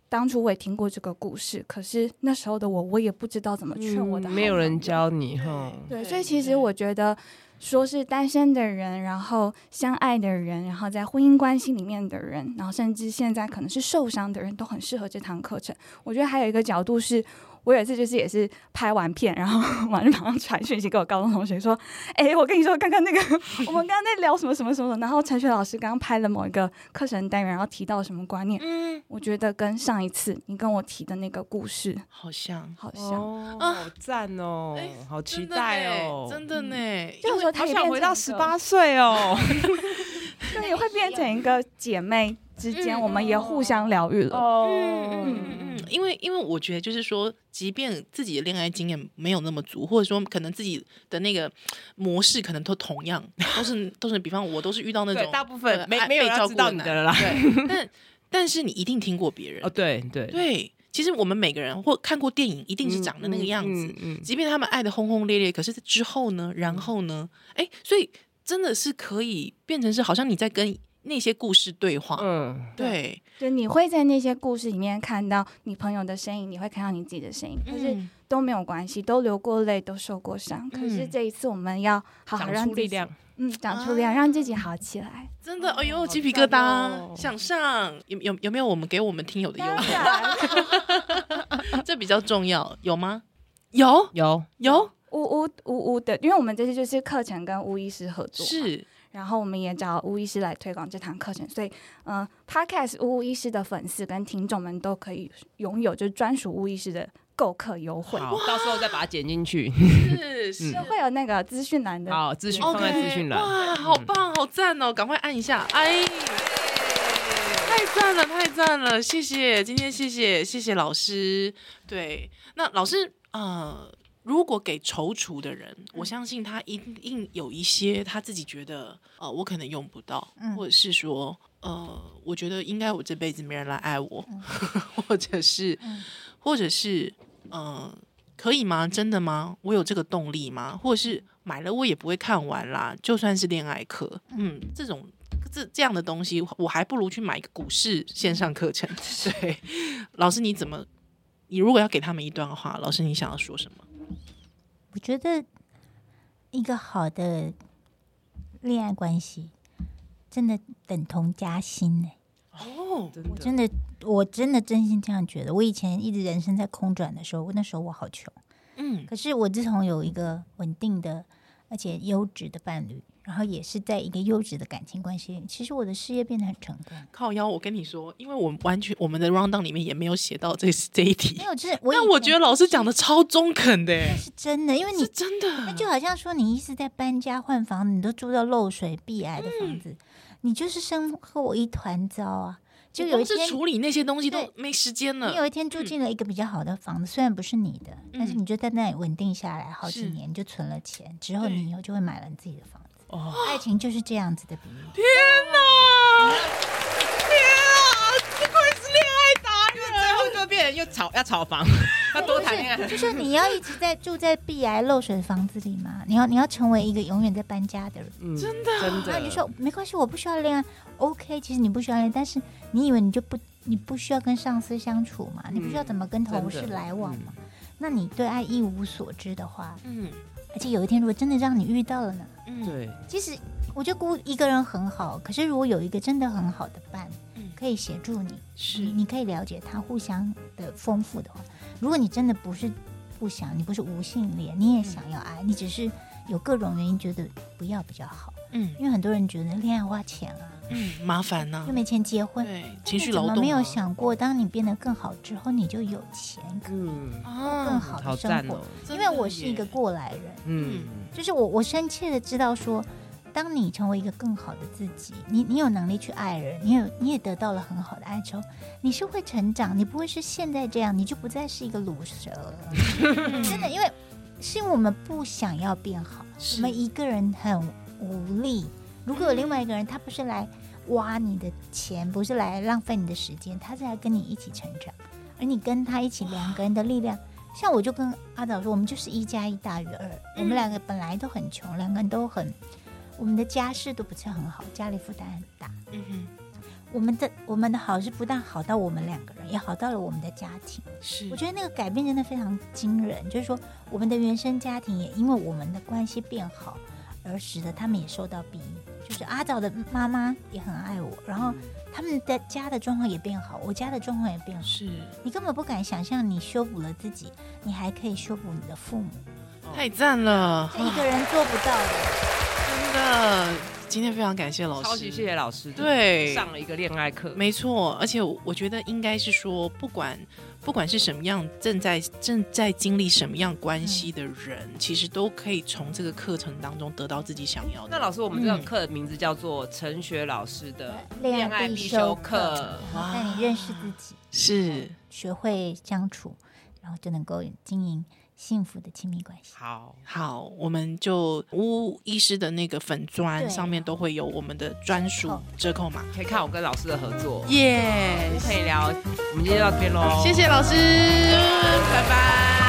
[SPEAKER 5] 当初我也听过这个故事，可是那时候的我，我也不知道怎么劝我的、
[SPEAKER 2] 嗯没有人。教你哈，
[SPEAKER 5] 对，
[SPEAKER 1] 对
[SPEAKER 5] 所以其
[SPEAKER 1] 对
[SPEAKER 5] 实我觉得，说是单身的人，然后相爱的人，然后在婚姻关系里面的人，然后甚至现在可能是受伤的人，都很适合这堂课程。我觉得还有一个角度是。我有一次就是也是拍完片，然后 [laughs] 我就马上传讯息给我高中同学说：“哎、我跟你说，刚刚那个我们刚刚在聊什么什么什么什么，然后陈雪老师刚刚拍了某一个课程单元，然后提到什么观念，
[SPEAKER 1] 嗯，
[SPEAKER 5] 我觉得跟上一次你跟我提的那个故事
[SPEAKER 1] 好像
[SPEAKER 5] 好像，
[SPEAKER 2] 哦，
[SPEAKER 1] 啊
[SPEAKER 2] 好赞哦
[SPEAKER 1] 哎，
[SPEAKER 2] 好期待哦，
[SPEAKER 1] 真的呢，真的
[SPEAKER 5] 这
[SPEAKER 1] 呢
[SPEAKER 5] 个时候
[SPEAKER 2] 好
[SPEAKER 5] 她也
[SPEAKER 2] 想回到
[SPEAKER 5] 变
[SPEAKER 2] 十
[SPEAKER 5] 成一个
[SPEAKER 2] 八岁哦，
[SPEAKER 5] 对，也会变成一个姐妹之间，
[SPEAKER 1] 嗯
[SPEAKER 5] 我们也互相疗愈了。
[SPEAKER 2] 哦
[SPEAKER 1] 嗯嗯嗯嗯，因为因为我觉得就是说，即便自己的恋爱经验没有那么足，或者说可能自己的那个模式可能都同样，都是都是，比方我都是遇到那
[SPEAKER 2] [laughs] 对
[SPEAKER 1] 种，
[SPEAKER 2] 大部分
[SPEAKER 1] 呃
[SPEAKER 2] 没
[SPEAKER 1] 爱
[SPEAKER 2] 没有
[SPEAKER 1] 被
[SPEAKER 2] 人
[SPEAKER 1] 照
[SPEAKER 2] 要知
[SPEAKER 1] 顾
[SPEAKER 2] 道你的
[SPEAKER 1] 男
[SPEAKER 2] 了啦， [laughs]
[SPEAKER 1] 对，但但是你一定听过别人
[SPEAKER 2] 哦，，对对，
[SPEAKER 1] 对，其实我们每个人或看过电影，一定是长的那个样子，
[SPEAKER 2] 嗯嗯嗯嗯
[SPEAKER 1] 即便他们爱的轰轰烈烈，可是之后呢？然后呢？哎，所以真的是可以变成是好像你在跟那些故事对话，
[SPEAKER 2] 嗯，
[SPEAKER 1] 对，
[SPEAKER 5] 就你会在那些故事里面看到你朋友的身影，你会看到你自己的身影，可是
[SPEAKER 1] 嗯
[SPEAKER 5] 都没有关系，都流过泪，都受过伤。可是这一次我们要好好
[SPEAKER 2] 嗯长
[SPEAKER 5] 让
[SPEAKER 2] 出
[SPEAKER 5] 自
[SPEAKER 2] 力
[SPEAKER 5] 己，
[SPEAKER 2] 量，啊
[SPEAKER 5] 嗯，长出力量，让自己好起来。
[SPEAKER 1] 真的，哎呦，
[SPEAKER 2] 哦好
[SPEAKER 1] 鸡皮疙
[SPEAKER 2] 赞
[SPEAKER 1] 瘩，
[SPEAKER 2] 哦
[SPEAKER 1] 想上有有有没有我们给我们听友的优
[SPEAKER 5] 当
[SPEAKER 2] [laughs]
[SPEAKER 1] 惠？
[SPEAKER 5] 然， [laughs]
[SPEAKER 1] 这比较重要，有吗？有
[SPEAKER 2] 有
[SPEAKER 1] 有
[SPEAKER 5] 呜呜呜呜的，因为我们这次就是课程跟吴医师合作嘛，
[SPEAKER 1] 是
[SPEAKER 5] 然后我们也找吴医师来推广这堂课程，所以，嗯、呃、，Podcast 吴医师的粉丝跟听众们都可以拥有就是专属吴医师的购课优惠，
[SPEAKER 2] 好，到时候再把它剪进去。
[SPEAKER 1] 是是
[SPEAKER 5] 就会有那个资讯栏的。
[SPEAKER 2] 好，资讯
[SPEAKER 1] OK，
[SPEAKER 2] 放在资讯栏。嗯
[SPEAKER 1] 哇，好棒，好赞哦！赶快按一下，哎，太赞了，太赞了，谢谢，今天谢谢，谢谢老师。对，那老师，呃，如果给踌躇的人，我相信他一定有一些他自己觉得，呃，我可能用不到，
[SPEAKER 3] 嗯
[SPEAKER 1] 或者是说，呃，我觉得应该我这辈子没人来爱我， [laughs] 或者是，或者是，嗯。可以吗？真的吗？我有这个动力吗？或者是买了我也不会看完啦，就算是恋爱课，嗯，这种这这样的东西，我还不如去买一个股市线上课程。 [laughs] 对，老师你怎么？你如果要给他们一段话，老师你想要说什么？
[SPEAKER 3] 我觉得一个好的恋爱关系真的等同加薪呢、
[SPEAKER 1] 哦，
[SPEAKER 2] 真
[SPEAKER 3] 我真的，我真的真心这样觉得。我以前一直人生在空转的时候，那时候我好穷。
[SPEAKER 1] 嗯，
[SPEAKER 3] 可是我自从有一个稳定的而且优质的伴侣，然后也是在一个优质的感情关系里，其实我的事业变得很成功。
[SPEAKER 1] 靠腰，我跟你说，因为我们完全我们的 round down 里面也没有写到这这一题
[SPEAKER 3] 没，
[SPEAKER 1] [laughs]
[SPEAKER 3] 有，就是我以
[SPEAKER 1] 但我
[SPEAKER 3] 前
[SPEAKER 1] 觉得老师讲的超中肯的，欸
[SPEAKER 3] 是真的，因为你
[SPEAKER 1] 是真
[SPEAKER 3] 那
[SPEAKER 1] 的，
[SPEAKER 3] 就好像说你一直在搬家换房子，你都住到漏水避癌的房
[SPEAKER 1] 嗯
[SPEAKER 3] 子，你就是生活一团糟啊。就有一
[SPEAKER 1] 光
[SPEAKER 3] 天
[SPEAKER 1] 是，处理那些东西都
[SPEAKER 3] 对
[SPEAKER 1] 没时间
[SPEAKER 3] 你有
[SPEAKER 1] 了，
[SPEAKER 3] 一天住进了一个比较好的房子，虽然不是你的，但是
[SPEAKER 1] 嗯
[SPEAKER 3] 你就在那里稳定下来好几
[SPEAKER 1] 是
[SPEAKER 3] 年，你就存了钱，之后
[SPEAKER 1] 对
[SPEAKER 3] 你以后就会买了你自己的房子。
[SPEAKER 2] 哦
[SPEAKER 3] 爱情就是这样子的比喻。
[SPEAKER 2] 最后就变成又吵要吵房，要多谈恋爱。
[SPEAKER 3] 就是你要一直在住在避癌漏水的房子里嘛，你要你要成为一个永远在搬家的人。
[SPEAKER 2] 嗯，真的真
[SPEAKER 3] 啊然后你
[SPEAKER 2] 的
[SPEAKER 3] 就。说没关系，我不需要恋爱，OK。其实你不需要恋爱，但是你以为你就不你不需要跟上司相处嘛，你不需要怎么跟同事
[SPEAKER 2] 嗯真的嗯
[SPEAKER 3] 来往嘛？那你对爱一无所知的话，
[SPEAKER 1] 嗯
[SPEAKER 3] 而且有一天如果真的让你遇到了呢？
[SPEAKER 1] 嗯，
[SPEAKER 2] 对，
[SPEAKER 3] 其实我觉得孤一个人很好，可是如果有一个真的很好的伴
[SPEAKER 1] 嗯，
[SPEAKER 3] 可以协助你，
[SPEAKER 1] 是
[SPEAKER 3] 你你可以了解他互相的丰富的话，如果你真的不是不想，你不是无性恋，你也
[SPEAKER 2] 嗯
[SPEAKER 3] 想要爱，你只是有各种原因觉得不要比较好，
[SPEAKER 1] 嗯
[SPEAKER 3] 因为很多人觉得恋爱花钱啊，
[SPEAKER 1] 嗯，麻烦呐
[SPEAKER 3] 又，没钱结婚，
[SPEAKER 1] 对，
[SPEAKER 3] 但
[SPEAKER 1] 情
[SPEAKER 3] 你
[SPEAKER 1] 绪
[SPEAKER 3] 怎
[SPEAKER 1] 劳
[SPEAKER 3] 么
[SPEAKER 1] 动
[SPEAKER 3] 没有
[SPEAKER 1] 啊
[SPEAKER 3] 想过，当你变得更好之后，你就有钱，可
[SPEAKER 2] 嗯，
[SPEAKER 1] 啊
[SPEAKER 3] 更好
[SPEAKER 2] 好
[SPEAKER 3] 的
[SPEAKER 2] 赞
[SPEAKER 3] 生活。
[SPEAKER 2] 哦，
[SPEAKER 1] 真
[SPEAKER 3] 因为
[SPEAKER 1] 的
[SPEAKER 3] 我是一
[SPEAKER 1] 耶
[SPEAKER 3] 个过来人，
[SPEAKER 2] 嗯，
[SPEAKER 3] 就是我我深切的知道说，当你成为一个更好的自己，你你有能力去爱人，你有你也得到了很好的爱之后，你是会成长，你不会是现在这样，你就不再是一个卤蛇了。
[SPEAKER 1] 嗯
[SPEAKER 3] 真的，因为是因为我们不想要变好，
[SPEAKER 1] 是
[SPEAKER 3] 我们一个人很无力。如果有另外一个人，他不是来挖你的钱，不是来浪费你的时间，他是来跟你一起成长，而你跟他一起两个人的力量。像我就跟阿导说，我们就是一加一大于二。我们两个本来都很穷，两个人都很，我们的家世都不是很好，家里负担很大。
[SPEAKER 1] 嗯
[SPEAKER 3] 我们的我们的好是不但好到我们两个人，也好到了我们的家庭。
[SPEAKER 1] 哼，嗯是，
[SPEAKER 3] 我觉得那个改变真的非常惊人，就是说我们的原生家庭也因为我们的关系变好，而使得他们也受到裨益。就是阿枣的妈妈也很爱我，然后他们的家的状况也变好，我家的状况也变好。
[SPEAKER 1] 是
[SPEAKER 3] 你根本不敢想象，你修补了自己，你还可以修补你的父母，
[SPEAKER 1] 太赞了
[SPEAKER 3] 这，一个人做不到的。
[SPEAKER 1] 真的。今天非常感谢老师，
[SPEAKER 2] 超级谢谢老师，
[SPEAKER 1] 对
[SPEAKER 2] 上了一个恋爱课，
[SPEAKER 1] 没错，而且我我觉得应该是说，不管不管是什么样正在正在经历什么样关
[SPEAKER 3] 嗯
[SPEAKER 1] 系的人，其实都可以从这个课程当中得到自己想要的。
[SPEAKER 2] 那老师，我们这堂课的名字叫做陈雪老师的
[SPEAKER 3] 恋爱必
[SPEAKER 2] 必
[SPEAKER 3] 修
[SPEAKER 2] 修
[SPEAKER 3] 课
[SPEAKER 2] 课。
[SPEAKER 1] 哇
[SPEAKER 3] 带你认识自己，
[SPEAKER 1] 是
[SPEAKER 3] 学会相处，然后就能够经营幸福的亲密关系。
[SPEAKER 2] 好，
[SPEAKER 1] 好，我们就巫医师的那个粉砖
[SPEAKER 3] 对
[SPEAKER 1] 上面都会有我们的专属折扣码，
[SPEAKER 2] 可以看我跟老师的合作，
[SPEAKER 1] 耶、
[SPEAKER 2] 可以聊。我们今天就到这边喽，
[SPEAKER 1] 谢谢老师，拜拜。